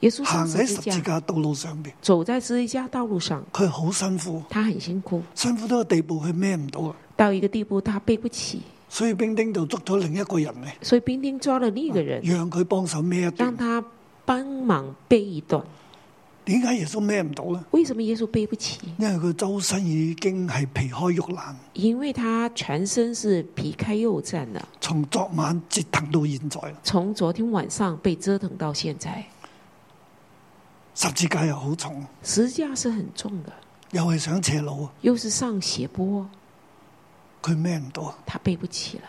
Speaker 3: 耶稣
Speaker 2: 行
Speaker 3: 上
Speaker 2: 喺
Speaker 3: 十
Speaker 2: 十
Speaker 3: 字
Speaker 2: 字
Speaker 3: 架，
Speaker 2: 架道路上邊，
Speaker 3: 走在十字架道路上，
Speaker 2: 佢好辛苦，
Speaker 3: 他很辛苦，
Speaker 2: 辛苦到個地步佢孭唔到啊，
Speaker 3: 到一个地步他背不起，
Speaker 2: 所以兵丁就捉咗另一個人嚟，
Speaker 3: 所以兵丁抓了另一个人，
Speaker 2: 讓佢幫手孭一
Speaker 3: 让
Speaker 2: 段。
Speaker 3: 他帮忙背一段。
Speaker 2: 點解耶穌孭唔到呢？
Speaker 3: 为什么耶稣背不起？
Speaker 2: 因為佢周身已經係皮開肉爛。
Speaker 3: 因为他全身是皮开肉绽的，
Speaker 2: 從昨晚折騰到現在，
Speaker 3: 从昨天晚上被折腾到现在，
Speaker 2: 十字架又好重，
Speaker 3: 十字架是很重的，
Speaker 2: 又係上斜路，啊
Speaker 3: 又是上斜坡，
Speaker 2: 佢孭唔到。啊
Speaker 3: 他背不起了。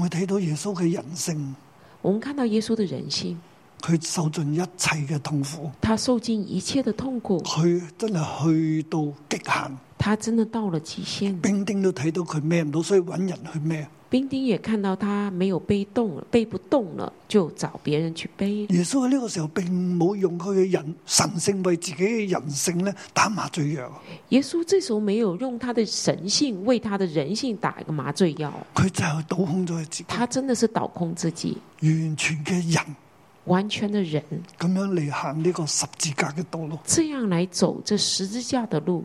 Speaker 2: 我睇到耶穌嘅人性，
Speaker 3: 我们看到耶稣的人性，
Speaker 2: 佢受盡一切嘅痛苦，
Speaker 3: 他受尽一切的痛苦，
Speaker 2: 佢真係去到極限，
Speaker 3: 他真的到了极限。
Speaker 2: 兵丁都睇到佢孭唔到，所以揾人去孭。
Speaker 3: 兵丁也看到他没有背动了，背不动了，就找别人去背。
Speaker 2: 耶穌喺呢個時候並冇用佢嘅人神性為自己嘅人性咧打麻醉藥，
Speaker 3: 耶稣这时候没有用他的神性为他的人性打一个麻醉药，
Speaker 2: 佢就係倒空咗佢自己，
Speaker 3: 他真的是倒空自己，
Speaker 2: 完全嘅人
Speaker 3: 完全的人，
Speaker 2: 咁樣嚟行呢個十字架嘅道路。
Speaker 3: 这样来走这十字架的路。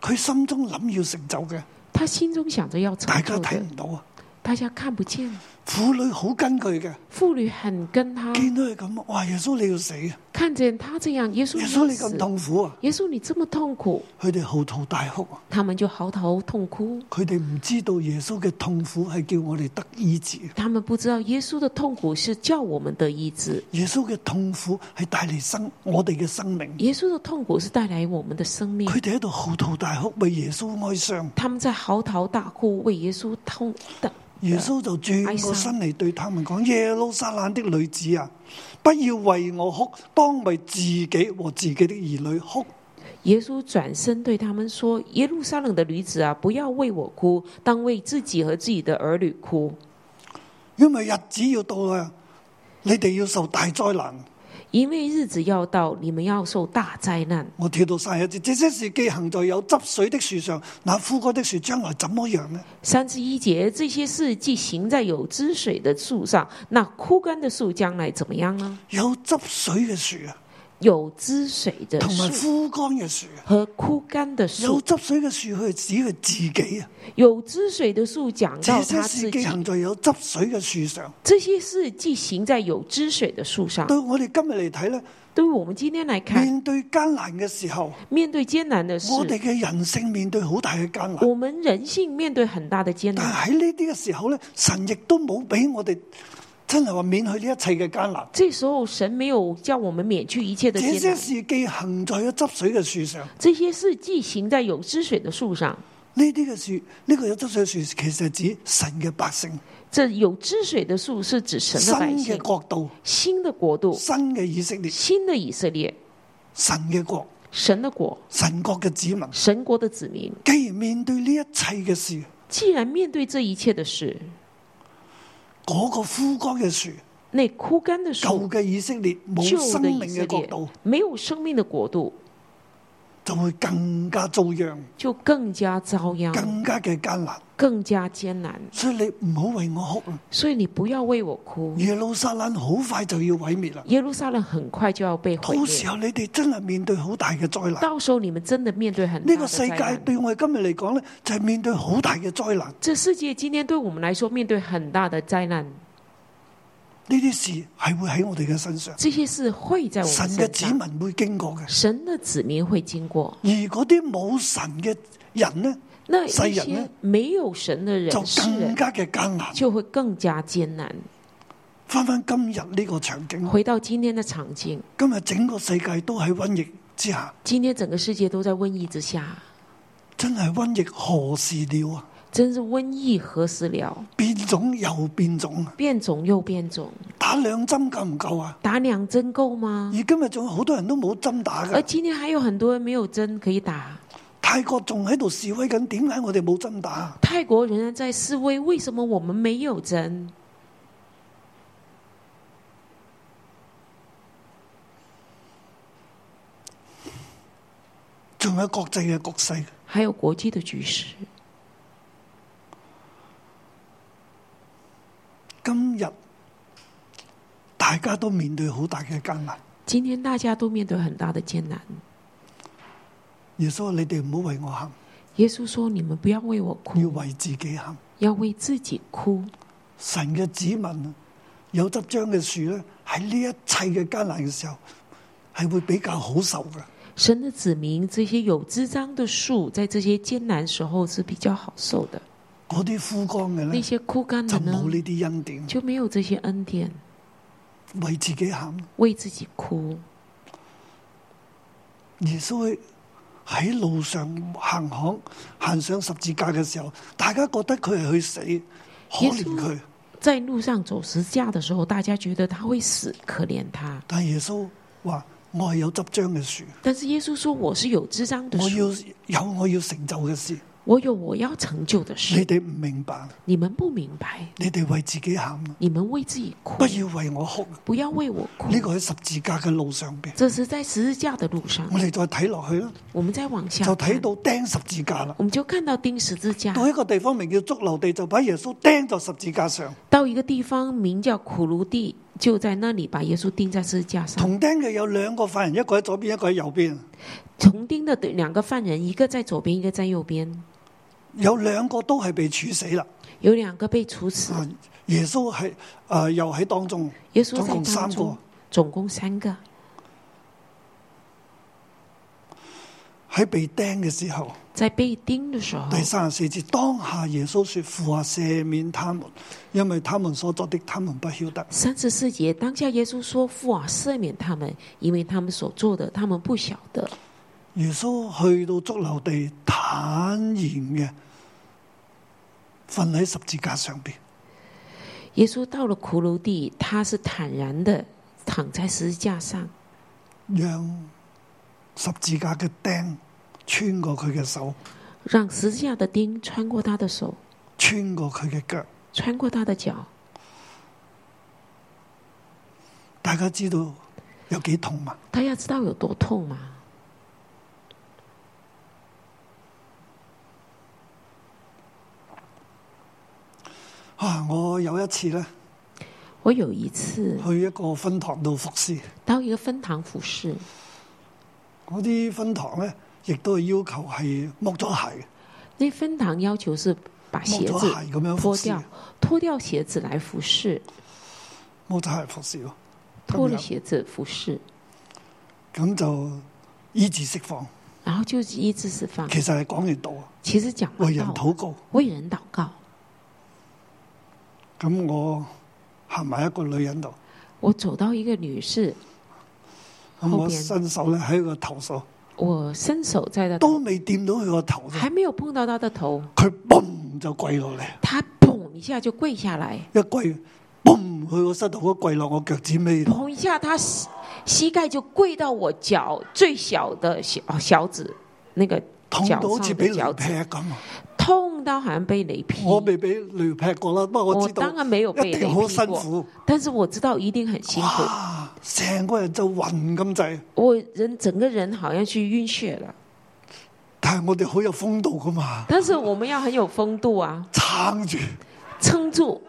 Speaker 2: 佢心中諗要成就嘅，
Speaker 3: 他心中想着要成
Speaker 2: 大家
Speaker 3: 就
Speaker 2: 睇
Speaker 3: 的，
Speaker 2: 唔到啊。
Speaker 3: 大家看不见。
Speaker 2: 婦女好跟佢嘅，
Speaker 3: 妇女很跟他，
Speaker 2: 見到佢咁，哇！耶穌你要死啊！
Speaker 3: 看见他这样，耶稣
Speaker 2: 耶
Speaker 3: 你
Speaker 2: 穌
Speaker 3: 要
Speaker 2: 你咁
Speaker 3: 死，
Speaker 2: 痛苦啊！
Speaker 3: 耶稣你这么痛苦，
Speaker 2: 佢哋嚎啕大哭啊！
Speaker 3: 他们就嚎啕痛哭。
Speaker 2: 佢哋唔知道耶穌嘅痛苦係叫我哋得醫治，啊
Speaker 3: 他们不知道耶稣的痛苦是叫我们得医治，
Speaker 2: 耶穌嘅痛苦係帶嚟生我哋嘅生命。
Speaker 3: 耶稣的痛苦是带来我们的生命。
Speaker 2: 佢哋喺度嚎啕大哭，為耶穌哀傷。
Speaker 3: 他们在嚎啕大哭，为耶稣痛的
Speaker 2: 耶穌就轉個身嚟對他們講：耶路撒冷的女子啊，不要為我哭，當為自己和自己的兒女哭。
Speaker 3: 耶稣转身对他们说：“耶路撒冷的女子啊，不要为我哭，当为自己和自己的儿女哭，
Speaker 2: 因為日子要到啦，你哋要受大災難。
Speaker 3: 因为日子要到，你们要受大灾难。
Speaker 2: 我跳到晒一節，這些事既行在有汁水的樹上，那枯乾的樹將來怎麼樣呢？”
Speaker 3: 三十一节，这些事既行在有汁水的树上，那枯干的树将来怎么样呢？
Speaker 2: 有汁水嘅樹啊，
Speaker 3: 有汁水的
Speaker 2: 同埋
Speaker 3: 树
Speaker 2: 枯乾嘅樹啊。
Speaker 3: 和枯干的
Speaker 2: 有
Speaker 3: 树，
Speaker 2: 汁水嘅樹，佢係指佢自己啊。
Speaker 3: 有汁水的树讲到
Speaker 2: 這
Speaker 3: 他
Speaker 2: 些
Speaker 3: 自
Speaker 2: 事
Speaker 3: 己
Speaker 2: 既。行在有汁水嘅樹上。
Speaker 3: 这些事既行在有汁水的树上。
Speaker 2: 對我哋今日嚟睇咧，
Speaker 3: 对于我们今天来看，
Speaker 2: 面對艱難嘅時候，
Speaker 3: 面对艰难的事，
Speaker 2: 我哋嘅人性面對好大嘅艱難。
Speaker 3: 我们人性面对很大的艰
Speaker 2: 但
Speaker 3: 难。
Speaker 2: 係喺呢啲嘅時候咧，神亦都冇俾我哋真係話免去呢一切嘅艱難。
Speaker 3: 这时候，神没有叫我们免去一切的
Speaker 2: 這
Speaker 3: 艰
Speaker 2: 些
Speaker 3: 难。
Speaker 2: 事既行在咗汁水嘅樹上，
Speaker 3: 这些事既行在有汁水的树上，
Speaker 2: 呢啲嘅樹，呢、個有汁水嘅樹，其實係指神嘅百姓、
Speaker 3: 这有汁水的树是指神
Speaker 2: 新
Speaker 3: 的百
Speaker 2: 嘅
Speaker 3: 姓、
Speaker 2: 國度、
Speaker 3: 新的国度、
Speaker 2: 新嘅以色列、
Speaker 3: 新的以色列、
Speaker 2: 神嘅國、
Speaker 3: 神的国、
Speaker 2: 神國嘅子民。
Speaker 3: 神国的子民。
Speaker 2: 既然面對呢一切嘅事，
Speaker 3: 既然面对这一切的事，
Speaker 2: 嗰、個枯乾嘅樹、
Speaker 3: 那枯干的
Speaker 2: 舊
Speaker 3: 树、
Speaker 2: 嘅以色列冇
Speaker 3: 旧
Speaker 2: 生
Speaker 3: 的
Speaker 2: 命
Speaker 3: 以色
Speaker 2: 嘅國
Speaker 3: 列
Speaker 2: 度，
Speaker 3: 没有生命的国度，
Speaker 2: 就會更加遭殃，
Speaker 3: 就更加遭殃，
Speaker 2: 更加嘅艱難。
Speaker 3: 更加艰难。
Speaker 2: 所以你唔好為我哭啊！
Speaker 3: 所以你不要为我哭。
Speaker 2: 耶路撒冷好快就要毀滅啦。
Speaker 3: 耶路撒冷很快就要被毁
Speaker 2: 到時
Speaker 3: 灭，
Speaker 2: 候你哋真係面對好大嘅災難。
Speaker 3: 到时候你们真的面对很大
Speaker 2: 呢
Speaker 3: 的
Speaker 2: 個
Speaker 3: 灾
Speaker 2: 世界
Speaker 3: 难。
Speaker 2: 對我哋今日嚟講呢，就係面對好大嘅災難。
Speaker 3: 这世界今天对我们来说，面对很大的灾难，
Speaker 2: 呢啲事係會喺我哋嘅身上，
Speaker 3: 这些事会在我
Speaker 2: 神
Speaker 3: 们
Speaker 2: 嘅
Speaker 3: 身
Speaker 2: 子
Speaker 3: 上。
Speaker 2: 民會經過嘅。
Speaker 3: 神的子民会经过，
Speaker 2: 而嗰啲冇神嘅人呢，
Speaker 3: 那
Speaker 2: 世
Speaker 3: 一
Speaker 2: 人
Speaker 3: 些
Speaker 2: 呢
Speaker 3: 没有神的
Speaker 2: 就
Speaker 3: 人世
Speaker 2: 更
Speaker 3: 人
Speaker 2: 加嘅艱難。
Speaker 3: 就会更加艰难。
Speaker 2: 翻翻今日呢個場景，
Speaker 3: 回到今天的场景，
Speaker 2: 今日整個世界都喺瘟疫之下，
Speaker 3: 今天整个世界都在瘟疫之下，
Speaker 2: 真係瘟疫何時了啊？
Speaker 3: 真是瘟疫何时了？
Speaker 2: 變種又變種啊！
Speaker 3: 变种又变种，
Speaker 2: 打兩針夠唔夠啊？
Speaker 3: 打两针够吗？
Speaker 2: 而今日仲有好多人都冇針打
Speaker 3: 而
Speaker 2: 嘅，
Speaker 3: 今天还有很多人没有针可以打。
Speaker 2: 泰國仲喺度示威緊，點解我哋冇針打啊？
Speaker 3: 泰国仍然在示威，为什么我们没有针？
Speaker 2: 仲有國際嘅局勢，
Speaker 3: 还有国际的局势。
Speaker 2: 今日大家都面對好大嘅艱難。
Speaker 3: 今天大家都面对很大的艰难。
Speaker 2: 耶穌話，你哋唔好為我喊，
Speaker 3: 耶稣说：“你们不要为我
Speaker 2: 要
Speaker 3: 哭，
Speaker 2: 為自己喊。
Speaker 3: 要为自己哭。
Speaker 2: 神嘅子民啊有執章嘅樹咧，喺呢一切嘅艱難嘅時候，係會比較好受嘅。
Speaker 3: 神的子民，这些有枝张的树，在这些艰难时候是比较好受的。
Speaker 2: 嗰啲枯乾嘅
Speaker 3: 那
Speaker 2: 咧，
Speaker 3: 些啊枯干
Speaker 2: 就
Speaker 3: 的呢
Speaker 2: 冇，呢啲恩典，
Speaker 3: 就没有这些恩典。
Speaker 2: 為自己喊。
Speaker 3: 为自己哭。
Speaker 2: 耶穌喺路上行行行上十字架嘅時候，大家覺得佢係去死，可憐佢。
Speaker 3: 在路上走十字架的时候，大家觉得他会死，可怜他。
Speaker 2: 但耶穌話：我係有執章嘅樹，
Speaker 3: 但是耶稣说：我是有枝张的
Speaker 2: 我
Speaker 3: 树，
Speaker 2: 要有我要成就嘅事。
Speaker 3: 我有我要成就的
Speaker 2: 你
Speaker 3: 事。
Speaker 2: 哋唔明白，
Speaker 3: 你们不明白，
Speaker 2: 你哋為自己喊，
Speaker 3: 你们为自己哭
Speaker 2: 不，要為我哭。
Speaker 3: 不要为我哭。
Speaker 2: 呢個喺十字架嘅路上邊，
Speaker 3: 这是在十字架的路上
Speaker 2: 我，哋再睇落去啦，
Speaker 3: 我们再往下
Speaker 2: 就
Speaker 3: 看
Speaker 2: 睇，到釘十字架啦。
Speaker 3: 我们就看到钉十字架。
Speaker 2: 到一個地方名叫足留地，就把耶穌釘在十字架上。
Speaker 3: 到一个地方名叫苦芦地，就在那里把耶稣钉在十字架上。
Speaker 2: 同釘嘅有兩個犯人，一個喺左邊，一個喺右邊。
Speaker 3: 同钉的两个犯人，一个在左边，一个在右边，
Speaker 2: 有兩個都係被處死啦。
Speaker 3: 有两个被处死。
Speaker 2: 啊，耶穌係啊又喺當中，
Speaker 3: 耶稣
Speaker 2: 总
Speaker 3: 在
Speaker 2: 共
Speaker 3: 当
Speaker 2: 三
Speaker 3: 中
Speaker 2: 個
Speaker 3: 总共三个
Speaker 2: 喺被釘嘅時候，
Speaker 3: 在被钉的时候，
Speaker 2: 第三十四節，當下耶穌說：父啊，赦免他們，因為他們所作的，他們不曉得。
Speaker 3: 三十四节，当下耶稣说：“父啊，赦免他们，因为他们所做的，他们不晓得。”
Speaker 2: 耶穌去到足留地，坦然嘅瞓喺十字架上邊。
Speaker 3: 耶稣到了骷髅地，他是坦然的躺在十字架上，
Speaker 2: 让十字架嘅釘穿過佢嘅手，
Speaker 3: 让十字架的钉穿过他的手，
Speaker 2: 穿過佢嘅腳。
Speaker 3: 穿过他的脚。
Speaker 2: 大家知道有幾痛嘛？
Speaker 3: 大家知道有多痛吗？
Speaker 2: 啊！我有一次咧
Speaker 3: 我有一次
Speaker 2: 去一個分堂度服侍，
Speaker 3: 到一个分堂服侍，
Speaker 2: 嗰啲分堂咧亦都係要求係剝咗鞋
Speaker 3: 那分堂要求是把
Speaker 2: 嘅，
Speaker 3: 鞋
Speaker 2: 剝咗
Speaker 3: 子
Speaker 2: 鞋咁樣服
Speaker 3: 脱
Speaker 2: 侍
Speaker 3: 掉，，脱掉鞋子来服侍，
Speaker 2: 剝咗鞋服侍咯。
Speaker 3: 脱了
Speaker 2: 咁樣
Speaker 3: 鞋子服侍，
Speaker 2: 咁就醫治釋放，
Speaker 3: 然后就医治释放。
Speaker 2: 其實係講完道啊，
Speaker 3: 其實讲
Speaker 2: 為
Speaker 3: 完
Speaker 2: 人
Speaker 3: 道，
Speaker 2: 禱告。
Speaker 3: 为人祷告。
Speaker 2: 咁我行埋一個女人度，
Speaker 3: 我走到一个女士，
Speaker 2: 咁
Speaker 3: 後
Speaker 2: 我
Speaker 3: 邊
Speaker 2: 伸手咧喺佢個頭 度，
Speaker 3: 我伸手在她
Speaker 2: 都
Speaker 3: 头，
Speaker 2: 未掂到佢個頭啫，
Speaker 3: 还没有碰到她的头，
Speaker 2: 佢嘣就跪落嚟，
Speaker 3: 她砰一下就跪下来，
Speaker 2: 一跪嘣，佢個膝頭哥跪落我腳趾尾度，
Speaker 3: 砰一下她膝膝盖就跪到我脚最小的小小指那个
Speaker 2: 痛
Speaker 3: 脚
Speaker 2: 到好似
Speaker 3: 上
Speaker 2: 俾
Speaker 3: 的
Speaker 2: 雷
Speaker 3: 脚
Speaker 2: 劈
Speaker 3: 趾，
Speaker 2: 咁啊！
Speaker 3: 痛到好像被雷劈。
Speaker 2: 我未俾雷劈過啦，不過我
Speaker 3: 我
Speaker 2: 知道
Speaker 3: 当然没有被
Speaker 2: 一
Speaker 3: 雷
Speaker 2: 定好
Speaker 3: 劈
Speaker 2: 辛
Speaker 3: 过，
Speaker 2: 苦，
Speaker 3: 但是我知道一定很辛苦。
Speaker 2: 哇！成個人就暈咁滯，
Speaker 3: 我人整个人好像去晕血了，
Speaker 2: 但係我哋好有風度噶嘛，
Speaker 3: 但是我们要很有风度啊，
Speaker 2: 撐住
Speaker 3: 撑住，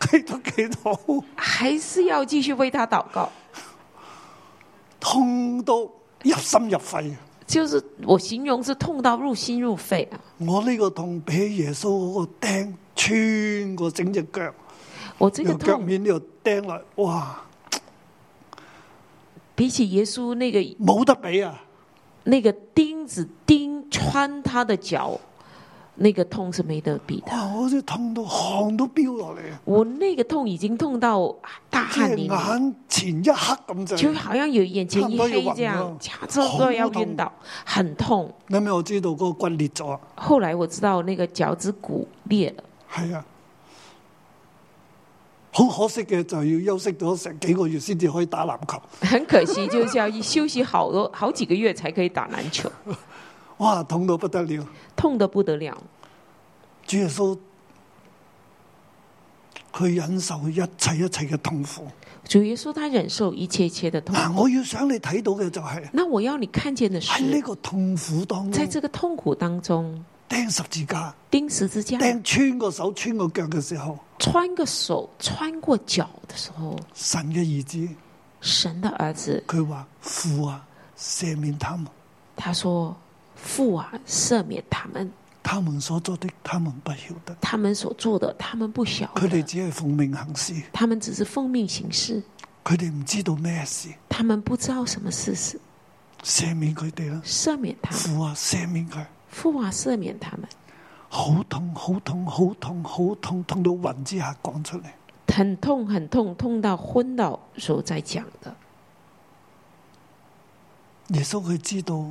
Speaker 2: 企都企到，
Speaker 3: 还是要继续为他祷告。
Speaker 2: 痛到入心入肺。
Speaker 3: 就是我形容是痛到入心入肺啊！
Speaker 2: 我呢個痛比起耶穌嗰個釘穿過整隻腳，
Speaker 3: 我这个
Speaker 2: 由腳
Speaker 3: 痛
Speaker 2: 面呢度釘落，哇！
Speaker 3: 比起耶稣那个
Speaker 2: 冇得比啊！
Speaker 3: 那个钉子钉穿他的脚，那个痛是没得比的。
Speaker 2: 哇！我好似痛到汗都飆落嚟啊！
Speaker 3: 我那个痛已经痛到大
Speaker 2: 即
Speaker 3: 汗
Speaker 2: 係
Speaker 3: 淋漓，
Speaker 2: 眼前一刻咁就。
Speaker 3: 就好像有眼前一黑这
Speaker 2: 差不多要晕了
Speaker 3: 样，差不多要晕倒，很痛。
Speaker 2: 後尾我知道嗰個骨裂咗啊，
Speaker 3: 后来我知道那个脚趾骨裂了，
Speaker 2: 係啊，好可惜嘅就要休息咗成幾個月先至可以打籃球。
Speaker 3: 很可惜，就是要休息好多好几个月才可以打篮球，
Speaker 2: 哇！痛到不得了，
Speaker 3: 痛得不得了。
Speaker 2: 主耶穌佢忍受一切一切嘅痛苦。
Speaker 3: 主耶稣他忍受一切一切的痛
Speaker 2: 嗱，我要想你睇到嘅就係。
Speaker 3: 那我要你看见的
Speaker 2: 喺呢
Speaker 3: 是，
Speaker 2: 個痛苦當
Speaker 3: 在
Speaker 2: 中，
Speaker 3: 这个痛苦当中，
Speaker 2: 釘十字架，
Speaker 3: 钉十字架，
Speaker 2: 釘穿個手、穿個腳嘅時候，
Speaker 3: 穿个手穿过脚的时候，
Speaker 2: 神嘅兒子
Speaker 3: 神的儿子
Speaker 2: 佢話：父啊，赦免他們，
Speaker 3: 他说：“父啊，赦免他们，
Speaker 2: 他們所做的，他們不曉得。
Speaker 3: 他们所做的，他们不晓
Speaker 2: 佢哋
Speaker 3: 得，
Speaker 2: 只係奉命行事，
Speaker 3: 他们只是奉命行事，
Speaker 2: 佢哋唔知道咩事，
Speaker 3: 他们不知道什么事实。
Speaker 2: 赦免佢哋啦。
Speaker 3: 赦免他们，
Speaker 2: 父啊，赦免佢，
Speaker 3: 父啊，赦免他们。”
Speaker 2: 好痛，好痛，好痛，好痛，痛到暈之下講出嚟。
Speaker 3: 很痛很痛，痛到昏倒时候再讲的。
Speaker 2: 耶穌佢知道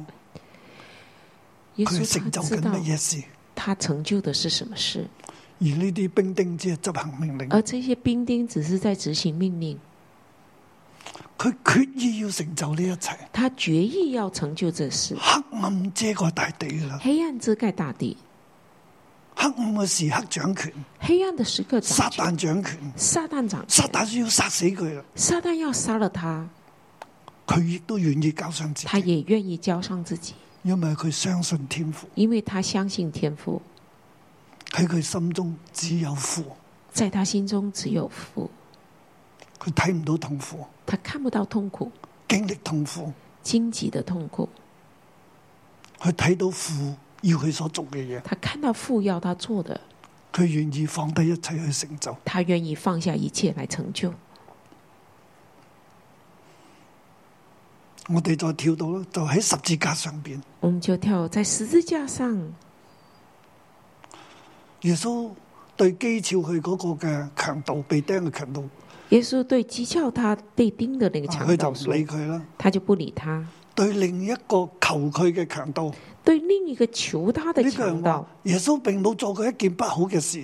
Speaker 3: 耶
Speaker 2: 佢
Speaker 3: 稣
Speaker 2: 成就
Speaker 3: 他知
Speaker 2: 緊
Speaker 3: 道
Speaker 2: 乜嘢事，
Speaker 3: 他成就的是什么事，
Speaker 2: 而呢啲兵丁只係執行命令，
Speaker 3: 而这些兵丁只是在执行命令，
Speaker 2: 佢決意要成就呢一切。
Speaker 3: 他决意要成就这事。
Speaker 2: 黑暗遮盖大地噶啦，
Speaker 3: 黑暗遮盖大地，
Speaker 2: 黑暗嘅時刻掌權，
Speaker 3: 黑暗的时刻
Speaker 2: 撒
Speaker 3: 掌权，
Speaker 2: 旦掌權，
Speaker 3: 撒旦掌权
Speaker 2: 撒，旦要殺死佢啦，
Speaker 3: 撒旦要杀了他，
Speaker 2: 佢亦都願意交上自
Speaker 3: 他
Speaker 2: 己，
Speaker 3: 也愿意交上自己，
Speaker 2: 因為佢相信天父，
Speaker 3: 因为他相信天父，
Speaker 2: 喺佢心中只有父，
Speaker 3: 在他心中只有父，
Speaker 2: 佢睇唔到痛苦，
Speaker 3: 他看不到痛苦，
Speaker 2: 經歷痛苦，
Speaker 3: 荆棘的痛苦，
Speaker 2: 佢睇到父要佢所做嘅嘢，
Speaker 3: 他看到父要他做的，
Speaker 2: 佢願意放低一切去成就。
Speaker 3: 他愿意放下一切来成就。
Speaker 2: 我哋再跳到啦，就喺十字架上邊，
Speaker 3: 我们就跳在十字架上，
Speaker 2: 耶穌對讥诮佢嗰個嘅強盜，被釘嘅強盜，
Speaker 3: 耶稣对讥笑他被钉的那个强
Speaker 2: 佢就
Speaker 3: 盗
Speaker 2: 唔
Speaker 3: 说，
Speaker 2: 理佢啦。
Speaker 3: 他就不理他。
Speaker 2: 對另一個求佢嘅強盜。
Speaker 3: 对另一个求他的
Speaker 2: 呢個
Speaker 3: 强
Speaker 2: 人
Speaker 3: 盗
Speaker 2: 話：，耶穌並冇做過一件不好嘅事，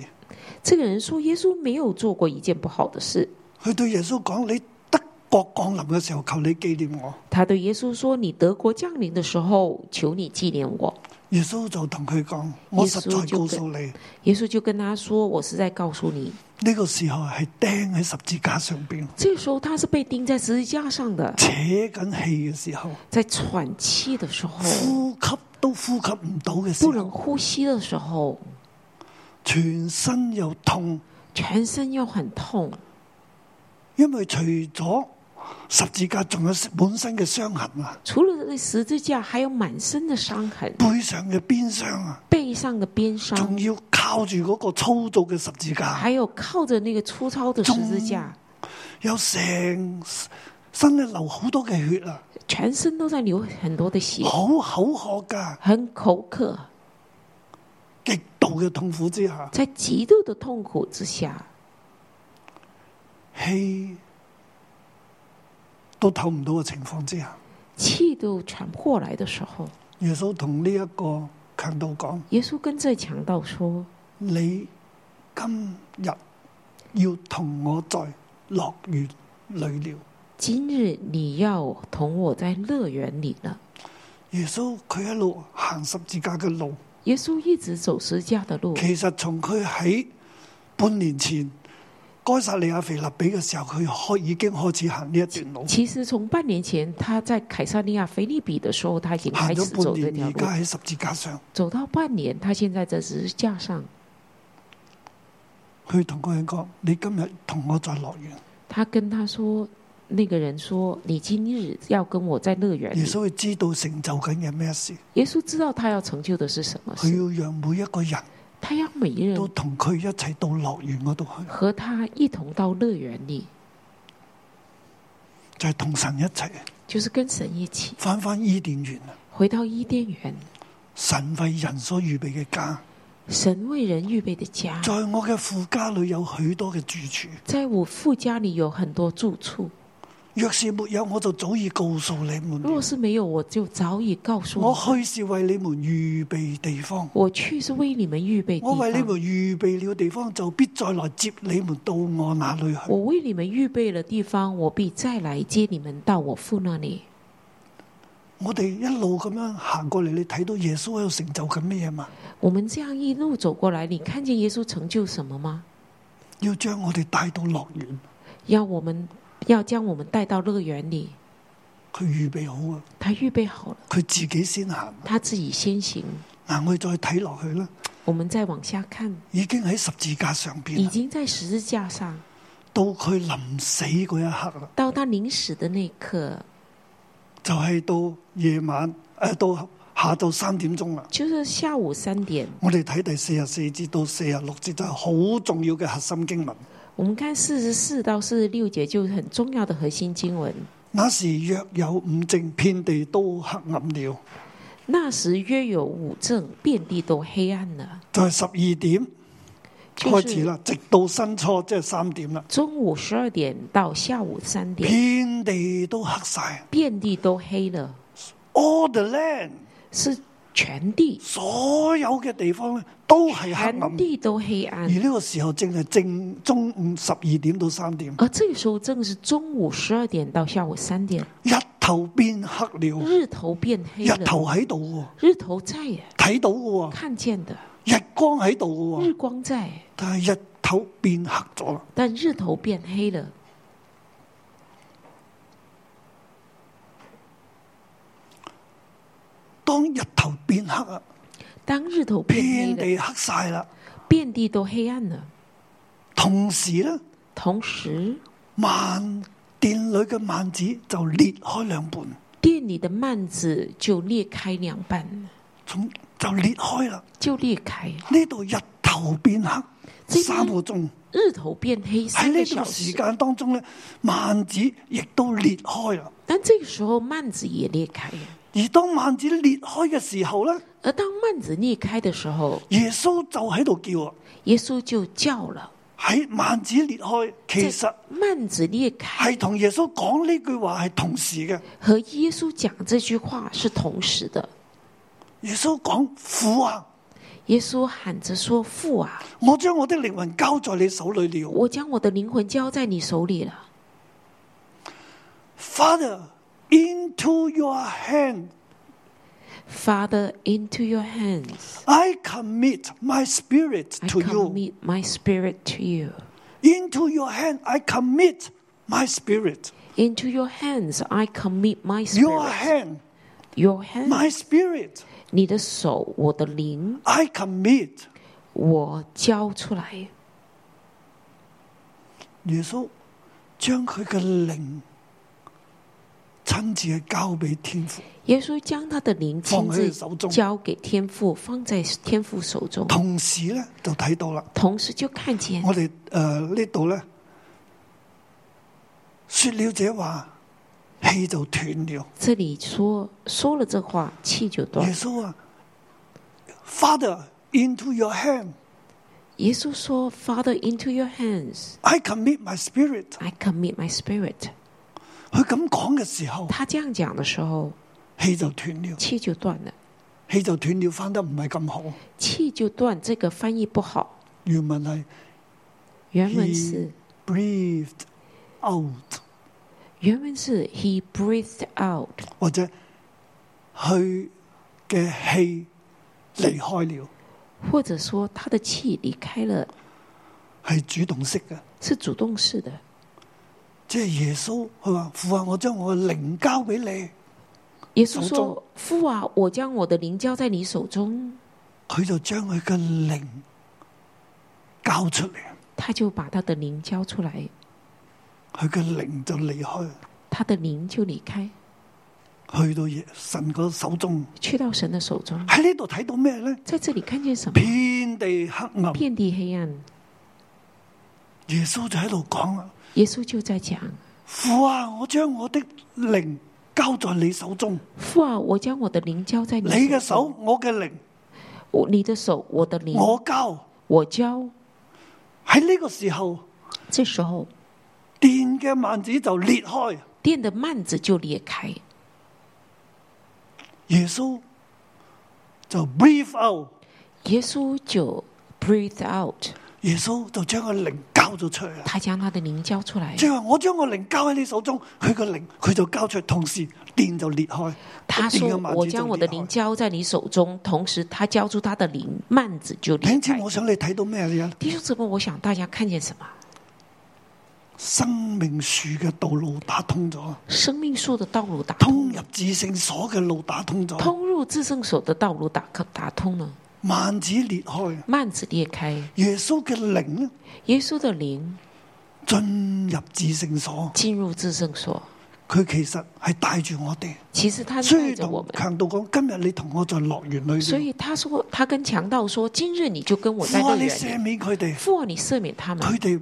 Speaker 3: 这个人说耶稣没有做过一件不好的事，
Speaker 2: 佢對耶穌講：你德國降臨嘅時候，求你紀念我。
Speaker 3: 他对耶稣说：“你德国降临的时候，求你纪念我。
Speaker 2: 耶穌就同佢講：我實在告訴你，”
Speaker 3: 耶稣就跟他说：“我是在告诉你，
Speaker 2: 呢、個時候係釘喺十字架上邊
Speaker 3: 这时候他是被钉在十字架上的，
Speaker 2: 扯緊氣嘅時候，
Speaker 3: 在喘气的时候，
Speaker 2: 呼吸都呼吸唔到嘅時
Speaker 3: 不
Speaker 2: 候
Speaker 3: 能，呼吸的时候，
Speaker 2: 全身又痛，
Speaker 3: 全身又很痛，
Speaker 2: 因為除咗十字架，仲有滿身嘅傷痕啊，
Speaker 3: 除了这十字架，还有满身的伤痕，
Speaker 2: 背上嘅鞭傷啊，
Speaker 3: 背上的鞭伤
Speaker 2: 仲，要靠住嗰個粗糙嘅十字架，
Speaker 3: 还有靠着那个粗糙的十字架，
Speaker 2: 有成身咧流好多嘅血啊，
Speaker 3: 全身都在流很多的血，
Speaker 2: 好口渴㗎。
Speaker 3: 很口渴，
Speaker 2: 極度嘅痛苦之下，
Speaker 3: 在极度的痛苦之下，
Speaker 2: 氣都唞唔到嘅情況之下，
Speaker 3: 气都喘不过来的时候，
Speaker 2: 耶穌同呢一個強盜講：
Speaker 3: 耶稣跟这强盗说
Speaker 2: 你今日要同我在樂園裏了。：“
Speaker 3: 今日你要同我在乐园里了。”
Speaker 2: 耶穌佢一路行十字架嘅路，
Speaker 3: 耶稣一直走十字架的路，
Speaker 2: 其實從佢喺半年前該撒利亞腓立比嘅時候，佢開已經開始行呢一段路，
Speaker 3: 其实从半年前他在凯撒利亚腓利比的时候，他已经
Speaker 2: 行
Speaker 3: 开始
Speaker 2: 咗半
Speaker 3: 走这
Speaker 2: 年，
Speaker 3: 条
Speaker 2: 而
Speaker 3: 路
Speaker 2: 家，喺十字架上，
Speaker 3: 走到半年，他现在在十字架上，
Speaker 2: 佢同嗰個人講：你今日同我在樂園。
Speaker 3: 他跟他说，那个人说：“你今日要跟我在乐园里
Speaker 2: 耶。穌佢知道成就緊嘅咩事，”
Speaker 3: 耶稣知道他要成就的是什么
Speaker 2: 佢
Speaker 3: 事，
Speaker 2: 要讓每一個人
Speaker 3: 他要每一
Speaker 2: 都
Speaker 3: 人
Speaker 2: 同佢一齊到樂園嗰度去，
Speaker 3: 和他一同到乐园里，
Speaker 2: 就係同神一齊
Speaker 3: 就是跟神一起
Speaker 2: 翻返伊甸園啊！
Speaker 3: 回到伊甸园，
Speaker 2: 神為人所預備嘅家，
Speaker 3: 神为人预备的家。
Speaker 2: 在我嘅父家裏有許多嘅住處。
Speaker 3: 在我父家里有很多住处，
Speaker 2: 若是沒有，我就早已告訴你們
Speaker 3: 若
Speaker 2: 了。
Speaker 3: 是没有，我就早已告诉你
Speaker 2: 我。去是為你們預備地方，
Speaker 3: 我去是为你们预备地
Speaker 2: 我為你
Speaker 3: 方，
Speaker 2: 們預備了地方，就必再來接你們到我那裏去。
Speaker 3: 我为你们预备了地方，我必再来接你们到我父那里。
Speaker 2: 我哋一路咁樣行過嚟，你睇到耶穌喺度成就緊咩嘢嘛？
Speaker 3: 我们这样一路走过来，你看见耶稣成就什么吗？
Speaker 2: 要將我哋帶到樂園。
Speaker 3: 要我们要将我们带到乐园里，
Speaker 2: 佢預備好啊，
Speaker 3: 他预备好了，
Speaker 2: 佢自己先行。
Speaker 3: 他自己先行。
Speaker 2: 嗱，我哋再睇落去啦，
Speaker 3: 我们再往下看，
Speaker 2: 已經喺十字架上邊
Speaker 3: 已
Speaker 2: 啦，
Speaker 3: 经在十字架上，
Speaker 2: 到佢臨死嗰一刻啦，
Speaker 3: 到他临死的那一刻，
Speaker 2: 就係、到夜晚，誒、到下晝三點鐘啦。
Speaker 3: 就是下午三点。
Speaker 2: 我哋睇第四十四節到四十六節就係好重要嘅核心經文。
Speaker 3: 我们看四十四到四十六节，就是很重要的核心经文。
Speaker 2: 那時若有五正，遍地都黑暗了。
Speaker 3: 那时约有五正，遍地都黑暗了。
Speaker 2: 就係十二點
Speaker 3: 就
Speaker 2: 開始
Speaker 3: 是
Speaker 2: 啦，直到新初即係三點啦，
Speaker 3: 中午十二点到下午三点，
Speaker 2: 遍地都黑晒。
Speaker 3: 遍地都黑了，
Speaker 2: All the land，
Speaker 3: 是全地，
Speaker 2: 所有嘅地方咧都係黑暗
Speaker 3: 全。地都黑暗
Speaker 2: 而。呢個時候正係正中午十二點到三點，
Speaker 3: 而这个时候正是中午十二点到下午三点，
Speaker 2: 日頭變黑了，
Speaker 3: 日头变黑
Speaker 2: 哦日頭
Speaker 3: 嗯了，
Speaker 2: 喺度喎，
Speaker 3: 日头在呀，
Speaker 2: 睇到嘅
Speaker 3: 看见的，
Speaker 2: 喎，日光喺度嘅
Speaker 3: 日
Speaker 2: 喎，
Speaker 3: 光在，
Speaker 2: 但係日頭變黑咗啦。
Speaker 3: 但日头变黑了。
Speaker 2: 當日頭變黑啊，
Speaker 3: 当日头变黑
Speaker 2: 遍
Speaker 3: 了，
Speaker 2: 地黑晒啦。
Speaker 3: 遍地都黑暗了。
Speaker 2: 同時咧，
Speaker 3: 同时，
Speaker 2: 幔殿裏嘅幔子就裂開兩半，
Speaker 3: 店里的幔子就裂开两半，
Speaker 2: 從就裂開啦。
Speaker 3: 就裂开。
Speaker 2: 呢度日頭變黑
Speaker 3: 即係
Speaker 2: 三個鐘，
Speaker 3: 日头变黑
Speaker 2: 喺
Speaker 3: 三
Speaker 2: 呢
Speaker 3: 个
Speaker 2: 段
Speaker 3: 小
Speaker 2: 時
Speaker 3: 时，
Speaker 2: 間當中咧，幔子亦都裂開啦。
Speaker 3: 但这个时候幔子也裂开了。
Speaker 2: 而當幔子裂開嘅時候咧，
Speaker 3: 而当幔子裂开的时候，
Speaker 2: 耶穌就喺度叫啊！
Speaker 3: 耶稣就叫了。
Speaker 2: 喺幔子裂開，其實
Speaker 3: 幔子裂开
Speaker 2: 係同耶穌講呢句話係同時嘅。
Speaker 3: 和耶稣讲这句话是同时的。
Speaker 2: 耶穌講父啊，
Speaker 3: 耶稣喊着说：“父啊，
Speaker 2: 我將我的靈魂交在你手裏了。
Speaker 3: 我将我的灵魂交在你手里了。
Speaker 2: Father, into your hand
Speaker 3: Father, into your hands
Speaker 2: I commit my spirit
Speaker 3: I
Speaker 2: to you.
Speaker 3: commit my spirit to you.
Speaker 2: Into your hand I commit my spirit.
Speaker 3: Into your hands I commit my
Speaker 2: Your
Speaker 3: spirit.
Speaker 2: hand,
Speaker 3: Your hand，
Speaker 2: my spirit,
Speaker 3: 你的手，我的灵，
Speaker 2: I commit.
Speaker 3: 我交出来。
Speaker 2: 耶穌將佢嘅靈親自去交俾天父，
Speaker 3: 耶稣将他的灵亲
Speaker 2: 放喺
Speaker 3: 自
Speaker 2: 佢手中
Speaker 3: 交给天父，放在天父手中。
Speaker 2: 同時咧就睇到啦。
Speaker 3: 同时就看见
Speaker 2: 我哋诶呢度咧，说了这話，氣就斷了。
Speaker 3: 这里说说了这话，气就断
Speaker 2: 耶。穌啊，Father into your hand,
Speaker 3: 耶稣说：“Father, into your hands
Speaker 2: I commit my spirit。
Speaker 3: I commit my spirit。
Speaker 2: 佢咁講嘅時候”，
Speaker 3: 他这样讲的时候，
Speaker 2: 氣就斷了，
Speaker 3: 气就断了。
Speaker 2: 氣就斷了，翻得唔係咁好。
Speaker 3: 气就断这个翻译不好，
Speaker 2: 原文係
Speaker 3: 原文是
Speaker 2: breathed out，
Speaker 3: 原文是 He breathed out，
Speaker 2: 或者佢嘅氣離開了，
Speaker 3: 或者说他的气离开了，
Speaker 2: 係主動式嘅。
Speaker 3: 是主动式的。
Speaker 2: 即係耶穌，佢話父啊，我將我嘅靈交俾你，
Speaker 3: 耶稣
Speaker 2: 手中
Speaker 3: 说：“父啊，我将我的灵交在你手中。
Speaker 2: 佢就將佢嘅靈交出嚟，”
Speaker 3: 他就把他的灵交出来，
Speaker 2: 佢嘅靈就離開，
Speaker 3: 他的灵就离开，
Speaker 2: 去到耶神嗰手中。
Speaker 3: 去到神的手中。
Speaker 2: 喺呢度睇到咩呢？
Speaker 3: 在这里看见什么？
Speaker 2: 遍地黑暗，
Speaker 3: 遍地黑暗。
Speaker 2: 耶穌就喺度講啦：
Speaker 3: 耶稣就在讲
Speaker 2: 父啊，我將我的靈交在你手中，：“
Speaker 3: 父啊，我将我的灵交在
Speaker 2: 你
Speaker 3: 你
Speaker 2: 嘅
Speaker 3: 手
Speaker 2: 手，
Speaker 3: 中，
Speaker 2: 我嘅靈，
Speaker 3: 我你的手，我的灵，
Speaker 2: 我交。
Speaker 3: 我交。
Speaker 2: 喺呢個時候，”
Speaker 3: 这时候，
Speaker 2: 電嘅幔子就裂開，
Speaker 3: 殿的幔子就裂开，
Speaker 2: 耶穌就 breathe out。
Speaker 3: 耶稣就 breathe out，
Speaker 2: 耶穌就將個靈交咗出去啦。
Speaker 3: 他将他的灵交出来
Speaker 2: 即。係話我將個靈交喺你手中，佢個靈佢就交出去，同時電就裂開。
Speaker 3: 他
Speaker 2: 電
Speaker 3: 说
Speaker 2: 嘅：“
Speaker 3: 我
Speaker 2: 幔子就
Speaker 3: 将我的
Speaker 2: 裂開。
Speaker 3: 灵交在你手中。”同时，他交出他的灵，幔子就
Speaker 2: 弟
Speaker 3: 裂
Speaker 2: 兄姊
Speaker 3: 开
Speaker 2: 妹。我想你啊睇到咩嘢？
Speaker 3: 弟兄姊妹，我想大家看见什么？
Speaker 2: 生命樹嘅道路打通咗，
Speaker 3: 生命树的道路打
Speaker 2: 通
Speaker 3: 通
Speaker 2: 入
Speaker 3: 了，
Speaker 2: 至聖所嘅路打通咗，
Speaker 3: 通入至圣所的道路打可打通了，
Speaker 2: 幔子裂開。
Speaker 3: 幔子裂开，
Speaker 2: 耶穌嘅靈咧
Speaker 3: 耶稣的灵
Speaker 2: 進入至聖所，
Speaker 3: 进入至圣所。
Speaker 2: 佢其實係帶住我哋。
Speaker 3: 其实他
Speaker 2: 所
Speaker 3: 带
Speaker 2: 以
Speaker 3: 着我
Speaker 2: 同強
Speaker 3: 们，
Speaker 2: 盜講：今日你同我在樂園裏
Speaker 3: 所
Speaker 2: 面，
Speaker 3: 以他说，他跟强盗说：“今日你就跟我在
Speaker 2: 父啊，
Speaker 3: 乐
Speaker 2: 你
Speaker 3: 园
Speaker 2: 赦
Speaker 3: 里，
Speaker 2: 免佢哋，
Speaker 3: 父啊，你赦免他们，
Speaker 2: 佢哋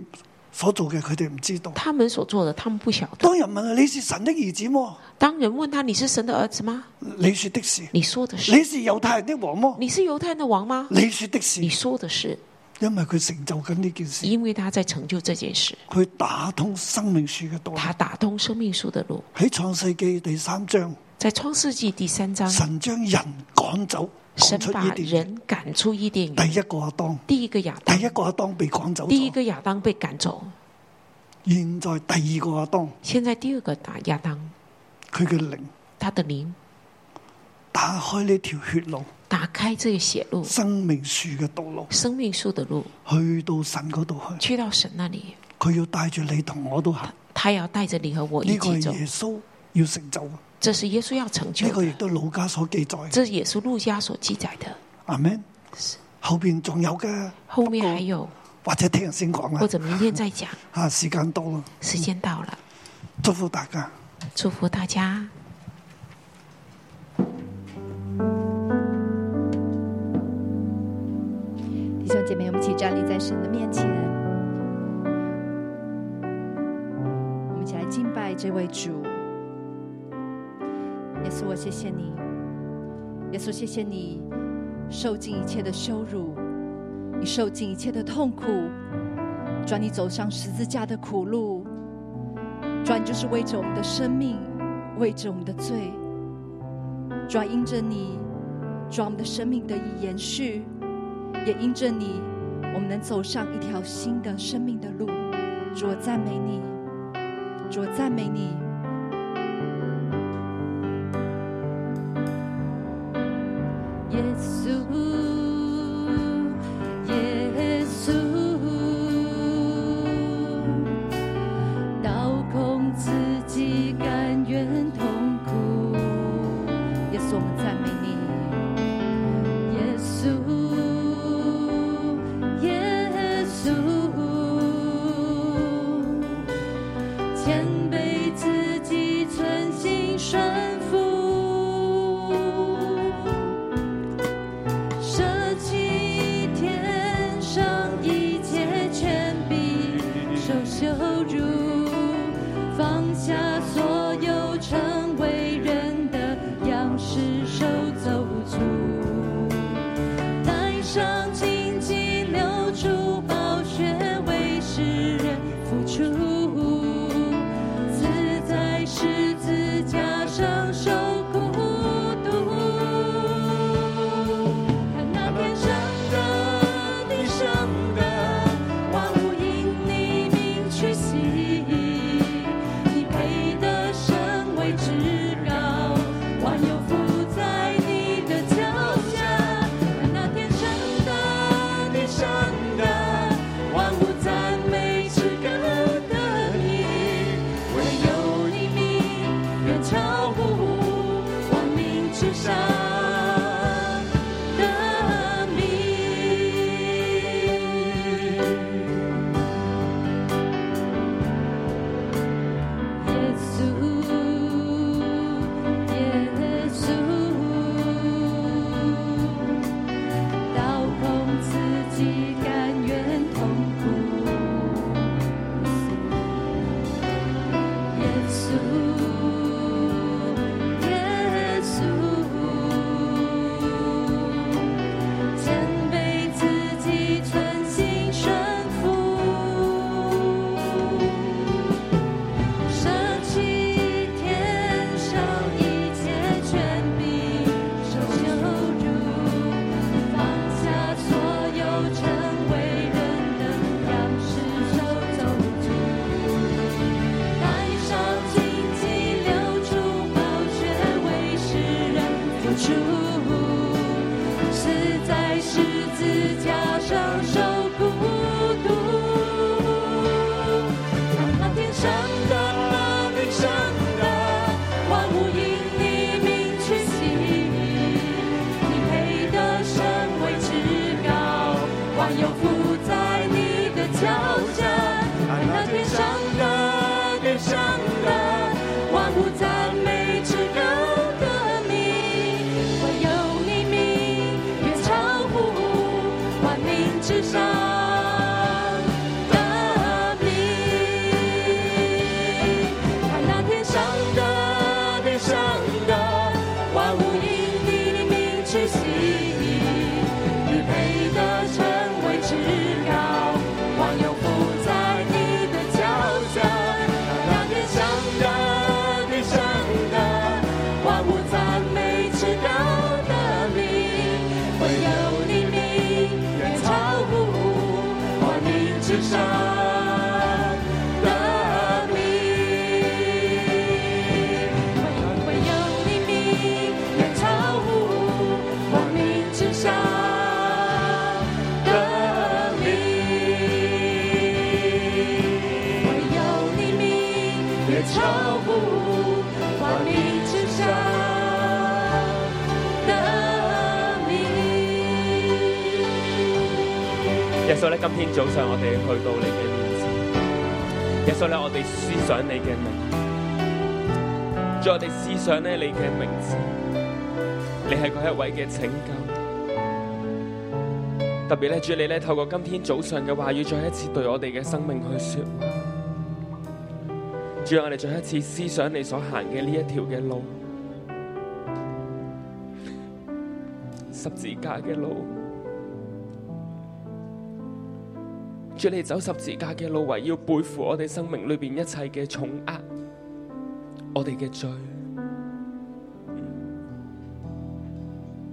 Speaker 2: 所做嘅佢哋唔知道。
Speaker 3: 他们所做的，他们不晓得。”
Speaker 2: 當人問啊你是神的兒子麼？
Speaker 3: 当人问他你是神的儿子吗？
Speaker 2: 你說的是。
Speaker 3: 你说的
Speaker 2: 你
Speaker 3: 是。
Speaker 2: 是猶太人的王麼？
Speaker 3: 你是犹太人的王吗？
Speaker 2: 你說的是
Speaker 3: 你，说的是，
Speaker 2: 因為佢成就緊呢件事，
Speaker 3: 因为他在成就这件事，
Speaker 2: 佢打通生命樹嘅道路。
Speaker 3: 他打通生命树的路。
Speaker 2: 喺創世記第三章，
Speaker 3: 在创世纪第三章，
Speaker 2: 神將人趕走，趕
Speaker 3: 神
Speaker 2: 出
Speaker 3: 把
Speaker 2: 伊甸哎園。
Speaker 3: 人赶出伊甸园。
Speaker 2: 第一個阿當，
Speaker 3: 第一个亚当
Speaker 2: 第，一個阿當被趕哎走
Speaker 3: 第一
Speaker 2: 咗。
Speaker 3: 个亚当被赶走，
Speaker 2: 現在第二個阿當，
Speaker 3: 现在第二个打亚当，
Speaker 2: 佢嘅靈
Speaker 3: 他的灵
Speaker 2: 打開呢條血路，
Speaker 3: 打开这个血路，
Speaker 2: 生命樹嘅道路，
Speaker 3: 生命树的路，
Speaker 2: 去到神嗰度去。
Speaker 3: 去到神那里。
Speaker 2: 佢要帶住你同我都行，
Speaker 3: 他要带着你和我
Speaker 2: 呢
Speaker 3: 一
Speaker 2: 個係
Speaker 3: 起走，
Speaker 2: 耶穌要成就嘅，呢
Speaker 3: 这是耶稣要成就
Speaker 2: 個亦
Speaker 3: 的，
Speaker 2: 都老家所記載。
Speaker 3: 这也是路加所记载的。
Speaker 2: 阿 m 後边仲有嘅，
Speaker 3: 后面还有，
Speaker 2: 或者聽日先講
Speaker 3: 或
Speaker 2: 啦。
Speaker 3: 者明天再讲。
Speaker 2: 啊，時間到啦，
Speaker 3: 时间到了，
Speaker 2: 祝福大家。
Speaker 3: 祝福大家。
Speaker 4: 弟兄姐妹，我们一起站立在神的面前，我们一起来敬拜这位主。耶稣，我谢谢你，耶稣，谢谢你受尽一切的羞辱，你受尽一切的痛苦，转你走上十字架的苦路，转就是为着我们的生命，为着我们的罪，啊转因着你，转我们的生命得以延续。也因着你，我们能走上一条新的生命的路。主，我赞美你，主，我赞美你。耶稣，耶稣，倒空自己，甘愿痛苦。耶稣，我们赞美你。耶稣，耶稣，谦卑自己，存心顺服。舍弃天上一切权柄，受羞辱，放下所有，成为人的样式，手走足，带上荆棘，流出宝血，为世人付出。自在十字架上受孤独。看那天上的、地上的，万物因你名屈膝。你配得身为至高，万有伏在你的脚下。看那天上的、地上的，万物赞美至高的你。唯有你名远超乎万民之上。的名，耶稣，耶稣，倒空自己，甘愿痛苦，耶稣，耶稣。谦卑自己，存心顺服，舍弃天上一切权柄，受羞辱，放下所有，成为人的样式，手走足，带上荆棘，流出宝血，为世人付出。是在十字架上受孤独。看那天上的、地上的，万物因你名屈膝。你配得身为至高，万有伏在你的脚下。看那天上的、地上的，万物赞美至高的你。唯有你名远超乎万民之上的名。看那天上的、地上的，万物因你的名屈膝。你配得成为至高，万有伏在你的脚下。看那天上的、地上的。万物赞美至高的名，唯有你名远超乎万民之上的名，唯唯有你名远超乎万民之上的名。唯有你名远超乎万民之上的名。
Speaker 5: 耶稣咧，今天早上我哋去到你嘅面前，耶稣咧，我哋思想你嘅名，再我哋思想咧你嘅名字，你係嗰一位嘅拯救。特別咧，主你咧透過今天早上嘅話語，再一次對我哋嘅生命去说話。主，我哋再一次思想你所行嘅呢一條嘅路，十字架嘅路。主你走十字架嘅路，为要背负我哋生命里边一切嘅重压，我哋嘅罪。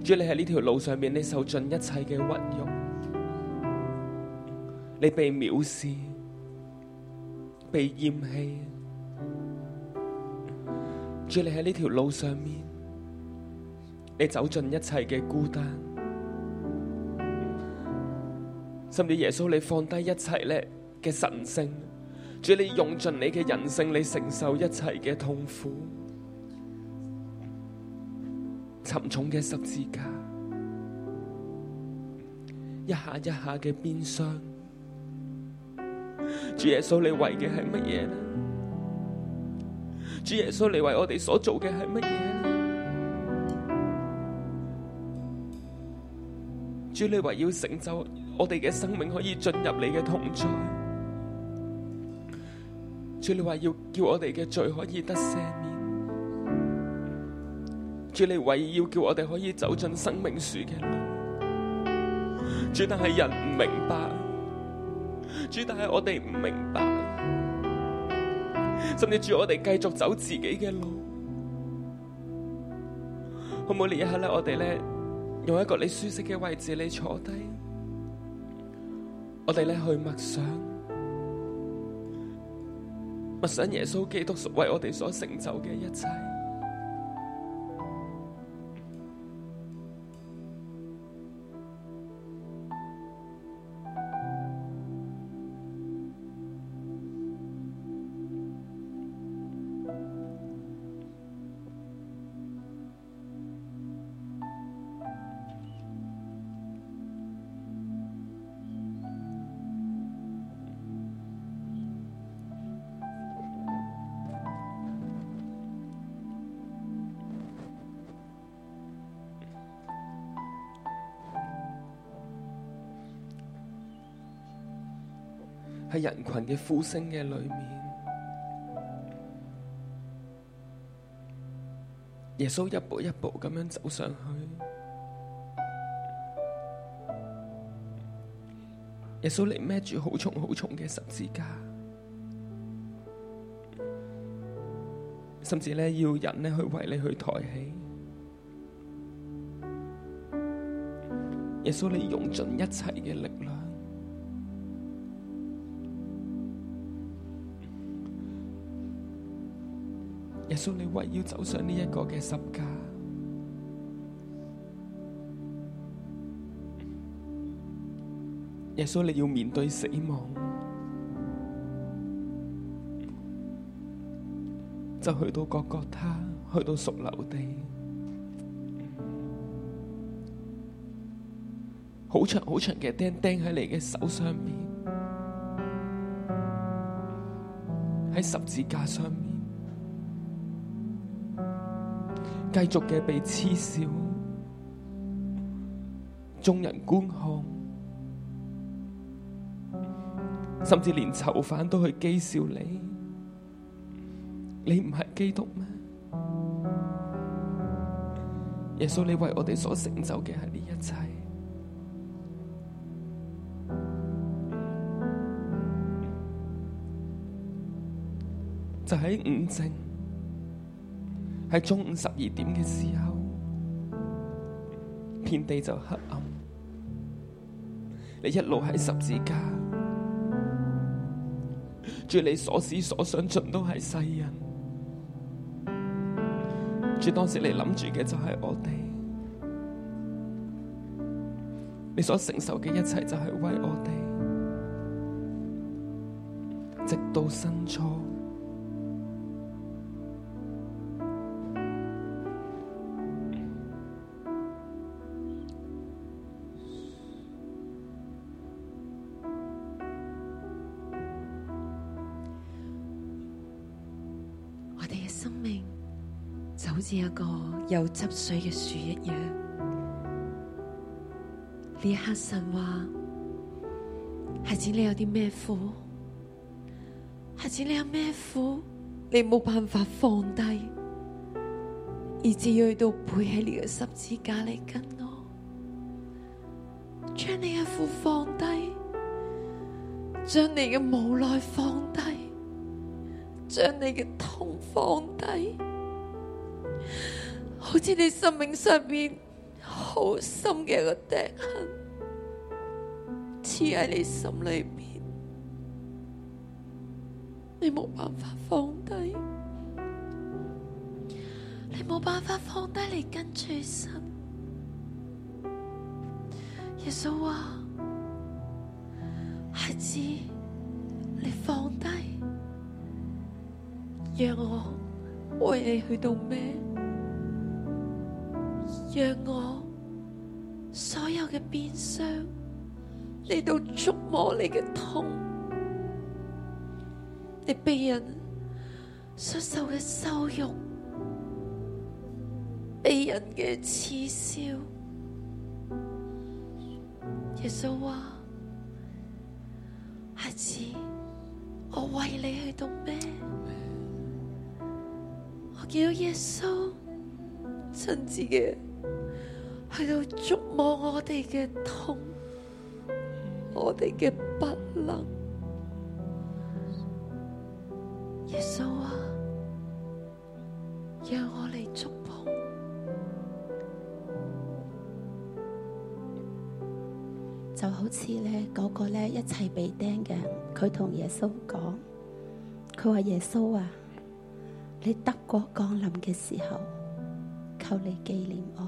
Speaker 5: 主你喺呢条路上面，你受尽一切嘅屈辱，你被藐视、被厌弃。主，你喺呢条路上面，你走尽一切嘅孤单，甚至耶稣，你放低一切咧嘅神性。主，你用尽你嘅人性，你承受一切嘅痛苦，沉重嘅十字架，一下一下嘅鞭伤。主耶稣，你为嘅系乜嘢呢？主耶稣，你为我哋所做嘅系乜嘢呢？主，你为要成就我哋嘅生命可以进入你嘅同在。主，你话要叫我哋嘅罪可以得赦免。主，你为要叫我哋可以走进生命树嘅路。主，但系人唔明白。啊主，但系我哋唔明白。啊甚至主我哋繼續走自己嘅路，好唔好？呢一刻咧，我哋咧用一個你舒適嘅位置，你坐低，我哋咧去默想，默想耶穌基督為我哋所成就嘅一切。喺人群嘅呼聲嘅裏面，耶穌一步一步咁樣走上去。耶穌你孭住好重好重嘅十字架，甚至咧要人咧去為你去抬起。耶穌你用盡一切嘅力量。耶稣，你为要走上呢一个嘅十架，耶稣，你要面对死亡，就去到各各他，去到熟流地，好長好長嘅釘釘喺你嘅手上面，喺十字架上面。繼續嘅被嗤笑，眾人觀看，甚至連囚犯都去讥笑你。你唔係基督咩？耶穌，你為我哋所成就嘅係呢一切。就喺五正。喺中午十二點嘅時候，遍地就黑暗。你一路喺十字架，主你所思所想盡都係世人。主當時你諗住嘅就係我哋，你所承受嘅一切就係為我哋，直到新初。
Speaker 6: 我哋嘅生命就好似一個有汁水嘅樹一樣。呢一刻神話，孩子你有啲咩苦？孩子你有咩苦？你冇辦法放低，以至要去到背起你嘅十字架嚟跟我，將你嘅苦放低，將你嘅無奈放低。将你嘅痛放低，好似你生命上面好深嘅一个钉痕，刺喺你心里面。
Speaker 7: 你冇辦法放低，你冇辦法放低嚟跟隨神。耶穌話：孩子，你放低，讓我愛你去到咩？讓我所有嘅鞭傷嚟到觸摸你嘅痛。你被人所受嘅羞辱，被人嘅耻笑。耶穌話：孩子，我為你去到咩？我見到耶穌親自嘅去到觸摸我哋嘅痛，
Speaker 6: 嗯
Speaker 7: 我哋嘅不能。耶穌啊，讓我嚟觸碰。
Speaker 6: 就好似咧嗰個咧一齊被釘嘅，佢同耶穌講，佢話耶穌啊，你德國降臨嘅時候，求你紀念我。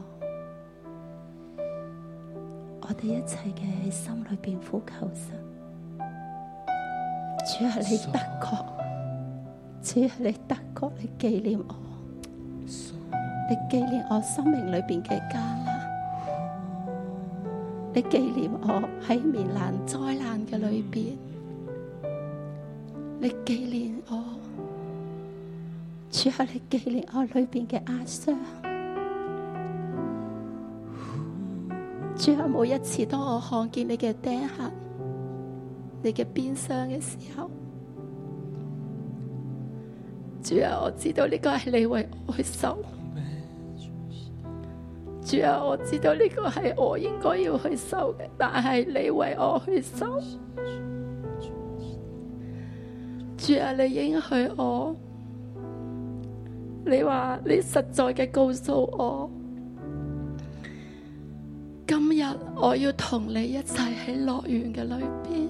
Speaker 6: 我哋一齊嘅喺心裏邊呼求神，主啊，你德國，主啊，你德國，你紀念我，你紀念我生命裏邊嘅家啦。你紀念我喺面難災難嘅裏邊，你紀念我，主啊，你紀念我裏邊嘅壓傷，主啊，每一次當我看見你嘅釘痕、你嘅鞭傷嘅時候，主啊，我知道呢個係你為我去受。主啊，我知道呢個係我應該要去受嘅，但係你為我去受。主啊，你應許我，你話你實在嘅告訴我，今日我要同你一齊喺樂園嘅裏邊。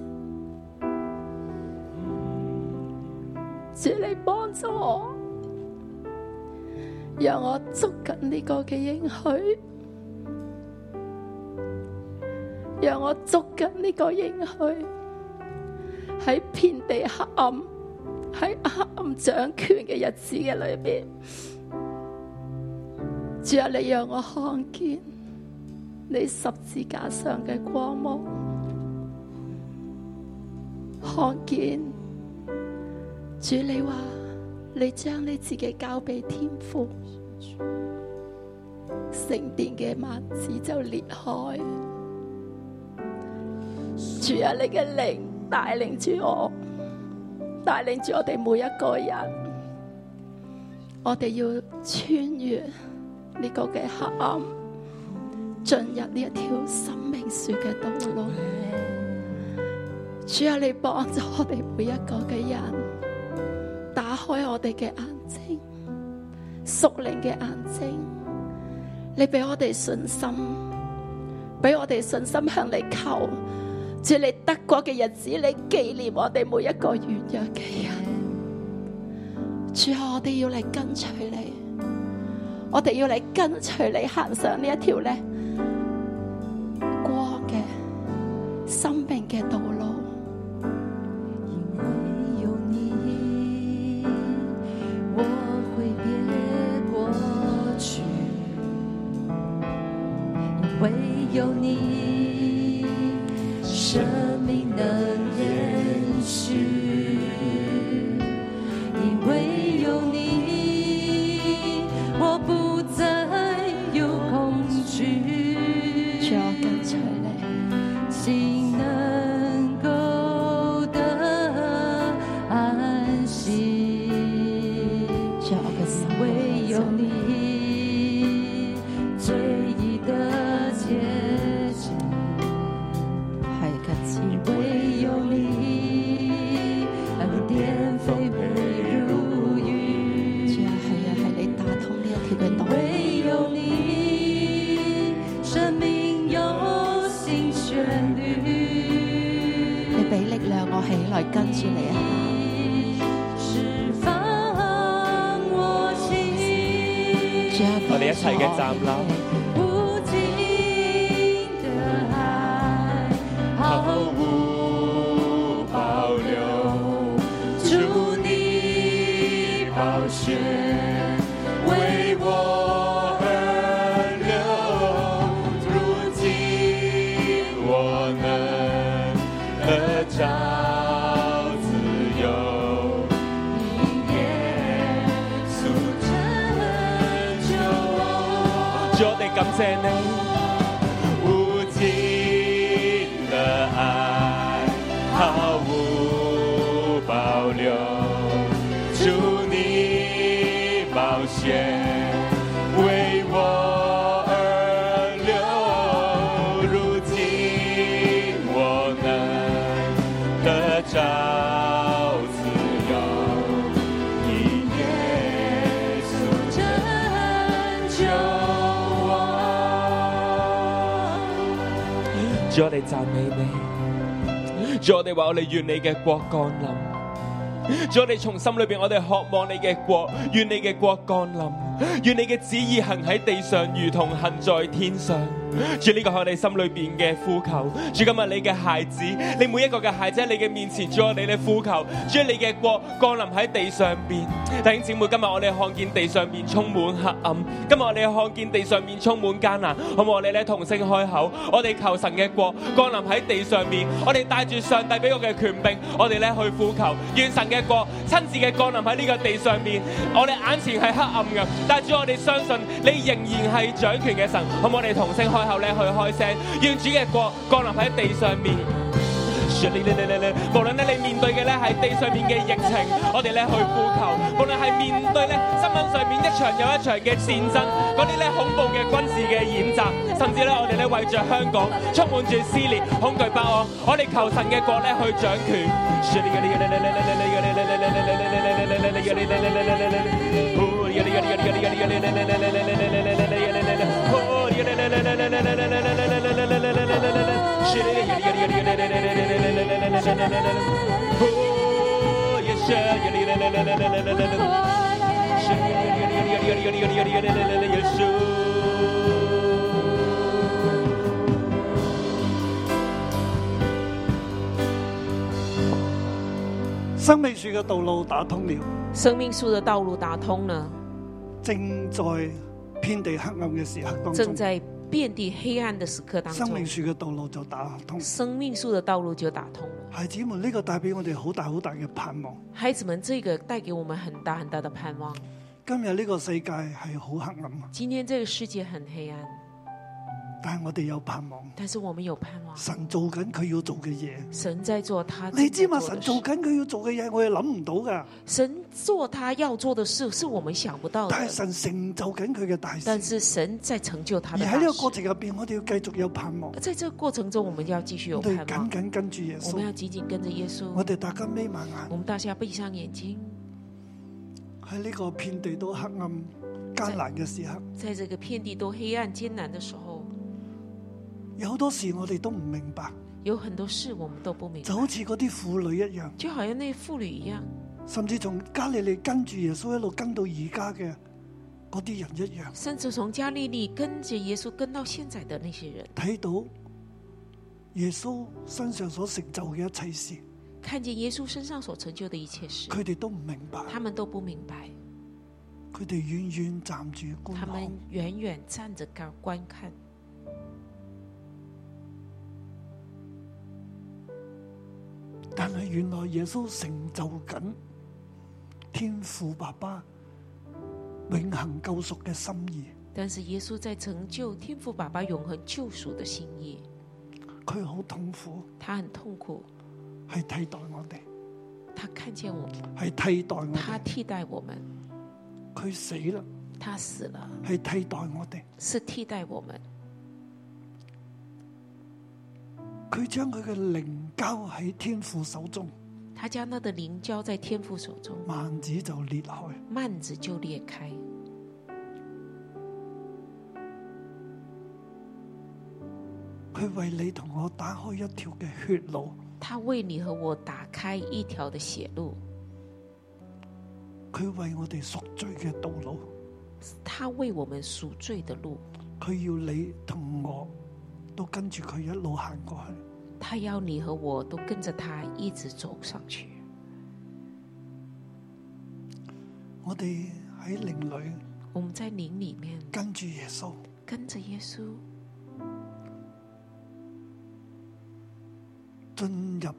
Speaker 6: 主，你幫助我。让我捉紧呢个嘅应许，让我捉紧呢个应许，喺遍地黑暗、喺黑暗掌权嘅日子嘅里边，主啊，你让我看见你十字架上嘅光芒，看见主你话。你將你自己交俾天父，聖殿嘅幔子就裂開。主啊，你嘅靈帶領住我，帶領住我哋每一個人，我哋要穿越呢個嘅黑暗，進入呢一條生命樹嘅道路。主啊，你幫助我哋每一個嘅人。打開我哋嘅眼睛，屬靈嘅眼睛，你俾我哋信心，俾我哋信心向你求，主你德國嘅日子，你紀念我哋每一個軟弱嘅人，主啊，我哋要嚟跟隨你，我哋要嚟跟隨你行上呢一條咧光嘅生命嘅道路。
Speaker 4: 因为有你，我会别过去。因为有你，生命能延续。因为有你，我不再有恐惧。
Speaker 6: 主啊，我跟隨你。
Speaker 4: 心能够得安息，
Speaker 6: 主啊，我嘅心
Speaker 4: 唯有你最易的接近，
Speaker 6: 係跟隨你
Speaker 4: 唯有你爱如颠沛被如雨。
Speaker 6: 主啊，係啊，係你打通呢一條嘅道路。
Speaker 4: 唯有你，生命有新旋律。
Speaker 6: 你俾力量我起來跟住你啊！
Speaker 4: 生
Speaker 6: 啊
Speaker 5: 一齐嘅站立，
Speaker 4: 无尽的爱，毫无保留。祝你宝血为我而流，如今我能得着自由。明天速成就我。
Speaker 5: 主我哋感謝你，
Speaker 4: 无尽的爱，毫无保留。祝你冒险为我而流，如今我能得着自由。因耶稣拯救我。
Speaker 5: 主我哋讚美你，主我哋話我哋願你嘅國降臨，主我哋從心裏邊我哋渴望你嘅國，願你嘅國降臨，願你嘅旨意行喺地上，如同行在天上。主呢個係我哋心裏邊嘅呼求，主今日你嘅孩子，你每一個嘅孩子喺你嘅面前，主我哋嘅呼求，主你嘅國降臨喺地上邊。弟兄姊妹，今日我哋看見地上面充滿黑暗，今日我哋看見地上面充滿艱難，好唔好？我哋咧同聲開口，我哋求神嘅國降臨喺地上面，我哋帶住上帝俾我嘅權柄，我哋咧去呼求，願神嘅國親自嘅降臨喺呢個地上面。我哋眼前係黑暗嘅，但係主我哋相信你仍然係掌權嘅神，好唔好？我哋同聲開口咧去開聲，願主嘅國降臨喺地上面。你你你你你，無論咧你面對嘅咧係地上面嘅疫情，我哋咧去呼求；無論係面對咧新聞上面一場又一場嘅戰爭，嗰啲咧恐怖嘅軍事嘅演習，甚至咧我哋咧為着香港充滿住撕裂、恐懼、不安，我哋求神嘅國咧去掌權。
Speaker 2: 生命樹嘅道路打通了，
Speaker 3: 生命树的道路打通了，
Speaker 2: 正在遍地黑暗嘅時刻當
Speaker 3: 正
Speaker 2: 中，
Speaker 3: 在遍地黑暗的时刻当
Speaker 2: 生
Speaker 3: 中
Speaker 2: 命，樹嘅道路就打通。
Speaker 3: 生命树的道路就打通了。
Speaker 2: 孩子們，呢、個帶俾我哋好大好大嘅盼望。
Speaker 3: 孩子们，这个带给我们很大很大的盼望。
Speaker 2: 今日呢個世界係好黑暗啊，
Speaker 3: 今天这个世界很黑暗，
Speaker 2: 但係我哋有盼望。
Speaker 3: 但是我们有盼望，
Speaker 2: 神做緊佢要做嘅嘢，
Speaker 3: 神在做他
Speaker 2: 你
Speaker 3: 正
Speaker 2: 知
Speaker 3: 在
Speaker 2: 嘛？
Speaker 3: 做
Speaker 2: 神
Speaker 3: 的
Speaker 2: 做
Speaker 3: 事。哦
Speaker 2: 緊佢要做嘅嘢，我哋諗唔到噶。
Speaker 3: 神做他要做的事，是我们想不到的。
Speaker 2: 但係神成就緊佢嘅大事。
Speaker 3: 但是神在成就他
Speaker 2: 而
Speaker 3: 的
Speaker 2: 喺呢
Speaker 3: 大
Speaker 2: 個過
Speaker 3: 事。
Speaker 2: 程入边，我哋要繼續有盼望
Speaker 3: 而，在這個過程中，我们要继续有
Speaker 2: 我
Speaker 3: 盼
Speaker 2: 哋要
Speaker 3: 望
Speaker 2: 緊，緊跟住耶
Speaker 3: 我们
Speaker 2: 穌
Speaker 3: 要。紧紧跟着耶稣。
Speaker 2: 我哋大家眯埋眼
Speaker 3: 我们大家闭上眼睛，
Speaker 2: 喺呢個遍地都黑暗艱難嘅時刻，
Speaker 3: 在这个遍地都黑暗艰难的时候，
Speaker 2: 有好多事我哋都唔明白，
Speaker 3: 有很多事我们都不明白
Speaker 2: 就，好似嗰啲婦女一樣，
Speaker 3: 就好像那妇女一样，
Speaker 2: 甚至從加利利跟住耶穌一路跟到而家嘅嗰啲人一樣，
Speaker 3: 甚至从加利利跟着耶稣跟到现在的那些人，
Speaker 2: 睇到耶穌身上所成就嘅一切事，
Speaker 3: 看见耶稣身上所成就的一切事，
Speaker 2: 佢哋都唔明白，
Speaker 3: 他们都不明白，
Speaker 2: 佢哋遠遠站住觀
Speaker 3: 他们
Speaker 2: 看。
Speaker 3: 远远站着高观看。
Speaker 2: 但係原來耶穌成就緊天父爸爸永恒救贖嘅心意，
Speaker 3: 但是耶稣在成就天父爸爸永恒救赎的心意，
Speaker 2: 佢好痛苦，
Speaker 3: 他很痛苦，
Speaker 2: 係替代我哋，
Speaker 3: 他看见我们，
Speaker 2: 係替代我
Speaker 3: 他
Speaker 2: 哋，
Speaker 3: 替代我们，
Speaker 2: 佢死啦，
Speaker 3: 他死了
Speaker 2: 係替代我哋，
Speaker 3: 是替代我们，
Speaker 2: 佢將佢嘅靈交喺天父手中，
Speaker 3: 他将他的灵交在天父手中，
Speaker 2: 幔子就裂開，
Speaker 3: 幔子就裂开。
Speaker 2: 佢為你同我打開一條嘅血路，
Speaker 3: 他为你和我打开一条的血路，
Speaker 2: 佢為我哋贖罪嘅道路，
Speaker 3: 他为我们赎罪的路，
Speaker 2: 佢要你同我都跟住佢一路行過去。
Speaker 3: 他要你和我都跟着他一直走上去。
Speaker 2: 我哋喺靈裏
Speaker 3: 我们在灵里面
Speaker 2: 跟住耶穌，
Speaker 3: 跟着耶稣，
Speaker 2: 進入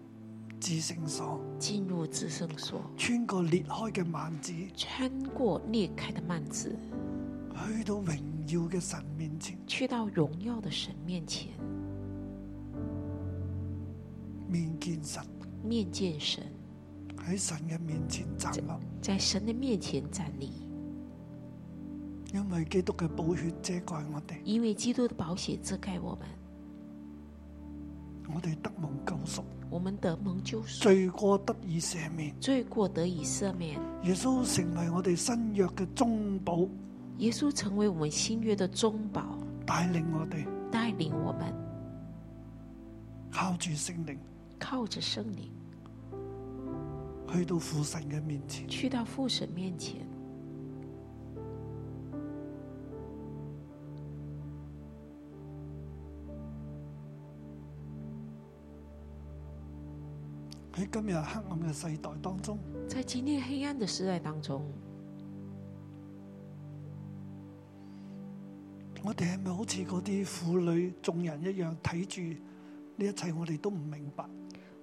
Speaker 2: 至聖所，
Speaker 3: 进入至圣所，
Speaker 2: 穿過裂開嘅幔子，
Speaker 3: 穿过裂开的幔子，
Speaker 2: 去到榮耀嘅神面前，
Speaker 3: 去到荣耀的神面前，
Speaker 2: 面見神
Speaker 3: 面见神，
Speaker 2: 喺神嘅面前站立，
Speaker 3: 在神的面前站立，
Speaker 2: 因為基督嘅寶血遮蓋我哋，
Speaker 3: 因为基督的宝血遮盖我们，
Speaker 2: 我哋得蒙救贖，
Speaker 3: 我们得蒙救赎，
Speaker 2: 罪過得以赦免。
Speaker 3: 罪过得以赦免。
Speaker 2: 耶穌成為我哋新約嘅中保，
Speaker 3: 耶稣成为我们新约的中保，
Speaker 2: 帶領我哋
Speaker 3: 带领我们
Speaker 2: 靠住聖靈
Speaker 3: 靠着圣灵
Speaker 2: 去到父神嘅面前，
Speaker 3: 去到父神面前。
Speaker 2: 喺今日黑暗嘅世代當中，
Speaker 3: 在今天黑暗的时代当中，
Speaker 2: 我哋係咪好似嗰啲婦女眾人一樣睇住呢一切，我哋都唔明白？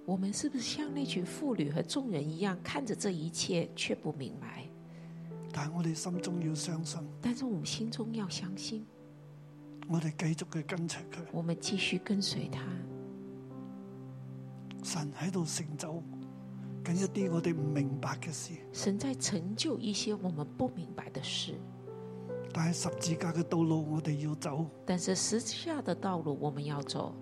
Speaker 3: 我们是不是像那群妇女和众人一样，看着这一切却不明白？
Speaker 2: 但係我哋心中要相信，
Speaker 3: 但是我们心中要相信，
Speaker 2: 我哋繼續嘅跟隨佢。
Speaker 3: 我们继续跟随他。
Speaker 2: 神喺度成就緊一啲我哋唔明白嘅事，
Speaker 3: 神在成就一些我们不明白的事，
Speaker 2: 但係十字架嘅道路我哋要走，
Speaker 3: 但是十字架的道路我们要走。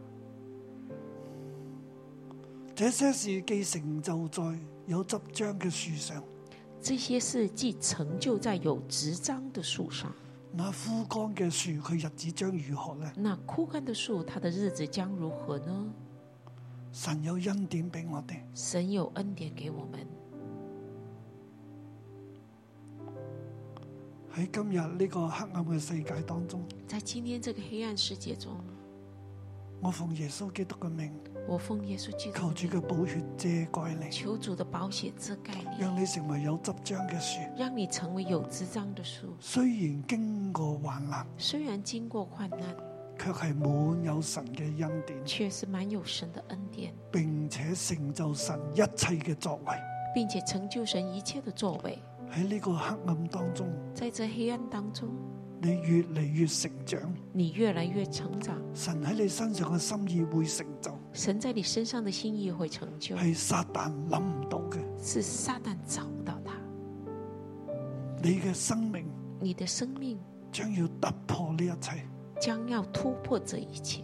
Speaker 2: 這些事既成就在有執章嘅樹上，
Speaker 3: 这些事既成就在有执章的树上，
Speaker 2: 那枯乾嘅樹佢日子將如何呢？
Speaker 3: 那枯干的树，它的日子将如何呢？
Speaker 2: 神有恩典俾我哋，
Speaker 3: 神有恩典给我们，
Speaker 2: 喺今日呢個黑暗嘅世界當中，
Speaker 3: 在今天这个黑暗世界中，
Speaker 2: 我奉耶穌基督嘅名，
Speaker 3: 我奉耶稣基督
Speaker 2: 求主
Speaker 3: 的
Speaker 2: 嘅寶血遮蓋你，
Speaker 3: 求主的宝血遮盖你，
Speaker 2: 讓你成為有執章嘅樹。
Speaker 3: 让你成为有执章的树。
Speaker 2: 雖然經過患難，
Speaker 3: 虽然经过患难，
Speaker 2: 卻係滿有神嘅恩典，
Speaker 3: 却是满有神的恩典，
Speaker 2: 並且成就神一切嘅作為。
Speaker 3: 并且成就神一切的作为。
Speaker 2: 喺呢個黑暗當中，
Speaker 3: 在这黑暗当中，
Speaker 2: 你越嚟越成長，
Speaker 3: 你越来越成长，
Speaker 2: 神喺你身上嘅心意會成就，
Speaker 3: 神在你身上的心意会成就，
Speaker 2: 係撒旦諗唔到嘅。
Speaker 3: 是撒旦找不到他。
Speaker 2: 你嘅生命
Speaker 3: 你的生命
Speaker 2: 將要突破呢一切，
Speaker 3: 将要突破这一切，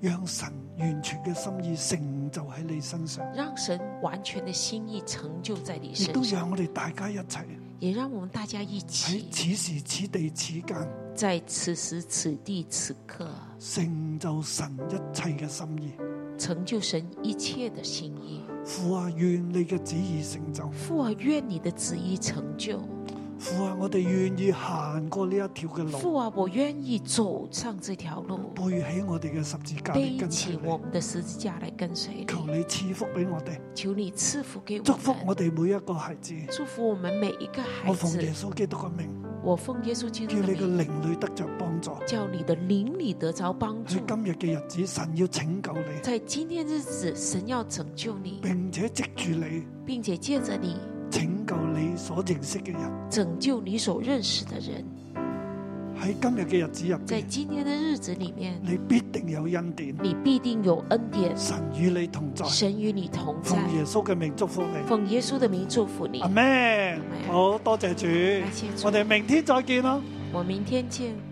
Speaker 2: 讓神完全嘅心意成就喺你身上，
Speaker 3: 让神完全的心意成就在你
Speaker 2: 亦都
Speaker 3: 身上，
Speaker 2: 讓我哋大家一齊
Speaker 3: 也让我们大家一起
Speaker 2: 喺此時此地此間
Speaker 3: 在此时此地此刻
Speaker 2: 成就神一切嘅心意。
Speaker 3: 成就神一切的心意。
Speaker 2: 父啊，願你嘅旨意成就。
Speaker 3: 父啊，愿你的旨意成就。
Speaker 2: 父啊，我哋願意行過呢一條嘅路，
Speaker 3: 父啊，我愿意走上这条路，
Speaker 2: 背起我哋嘅十字架嚟
Speaker 3: 背
Speaker 2: 跟
Speaker 3: 起
Speaker 2: 隨
Speaker 3: 我
Speaker 2: 你。
Speaker 3: 们的十字架来跟随
Speaker 2: 求
Speaker 3: 你。
Speaker 2: 你賜福俾我哋，
Speaker 3: 求你赐福给
Speaker 2: 祝
Speaker 3: 我
Speaker 2: 福我
Speaker 3: 们，
Speaker 2: 哋每一個孩子。
Speaker 3: 祝福我们每一个
Speaker 2: 我
Speaker 3: 孩
Speaker 2: 奉耶
Speaker 3: 子。
Speaker 2: 穌基督嘅名，
Speaker 3: 我奉耶稣基
Speaker 2: 叫
Speaker 3: 督
Speaker 2: 你
Speaker 3: 的
Speaker 2: 嘅
Speaker 3: 名，
Speaker 2: 靈裏得着幫助。
Speaker 3: 叫你的灵里得着帮助
Speaker 2: 喺。今日嘅日子，神要拯救你，
Speaker 3: 在今天日子，神要拯救你，
Speaker 2: 並且藉住你
Speaker 3: 并且借着你
Speaker 2: 拯救你所認識嘅人。
Speaker 3: 拯救你所认识的人。
Speaker 2: 喺今日嘅日子入
Speaker 3: 在
Speaker 2: 边，
Speaker 3: 今天的日子里面，
Speaker 2: 你必定有恩典，
Speaker 3: 你必定有恩典，
Speaker 2: 神與你同在。
Speaker 3: 神与你同在
Speaker 2: 奉。耶穌嘅名祝福你。
Speaker 3: 奉耶稣的名祝福你
Speaker 2: 阿。咩？好多謝主
Speaker 3: 謝，主
Speaker 2: 我哋明天再見咯。
Speaker 3: 我明天见。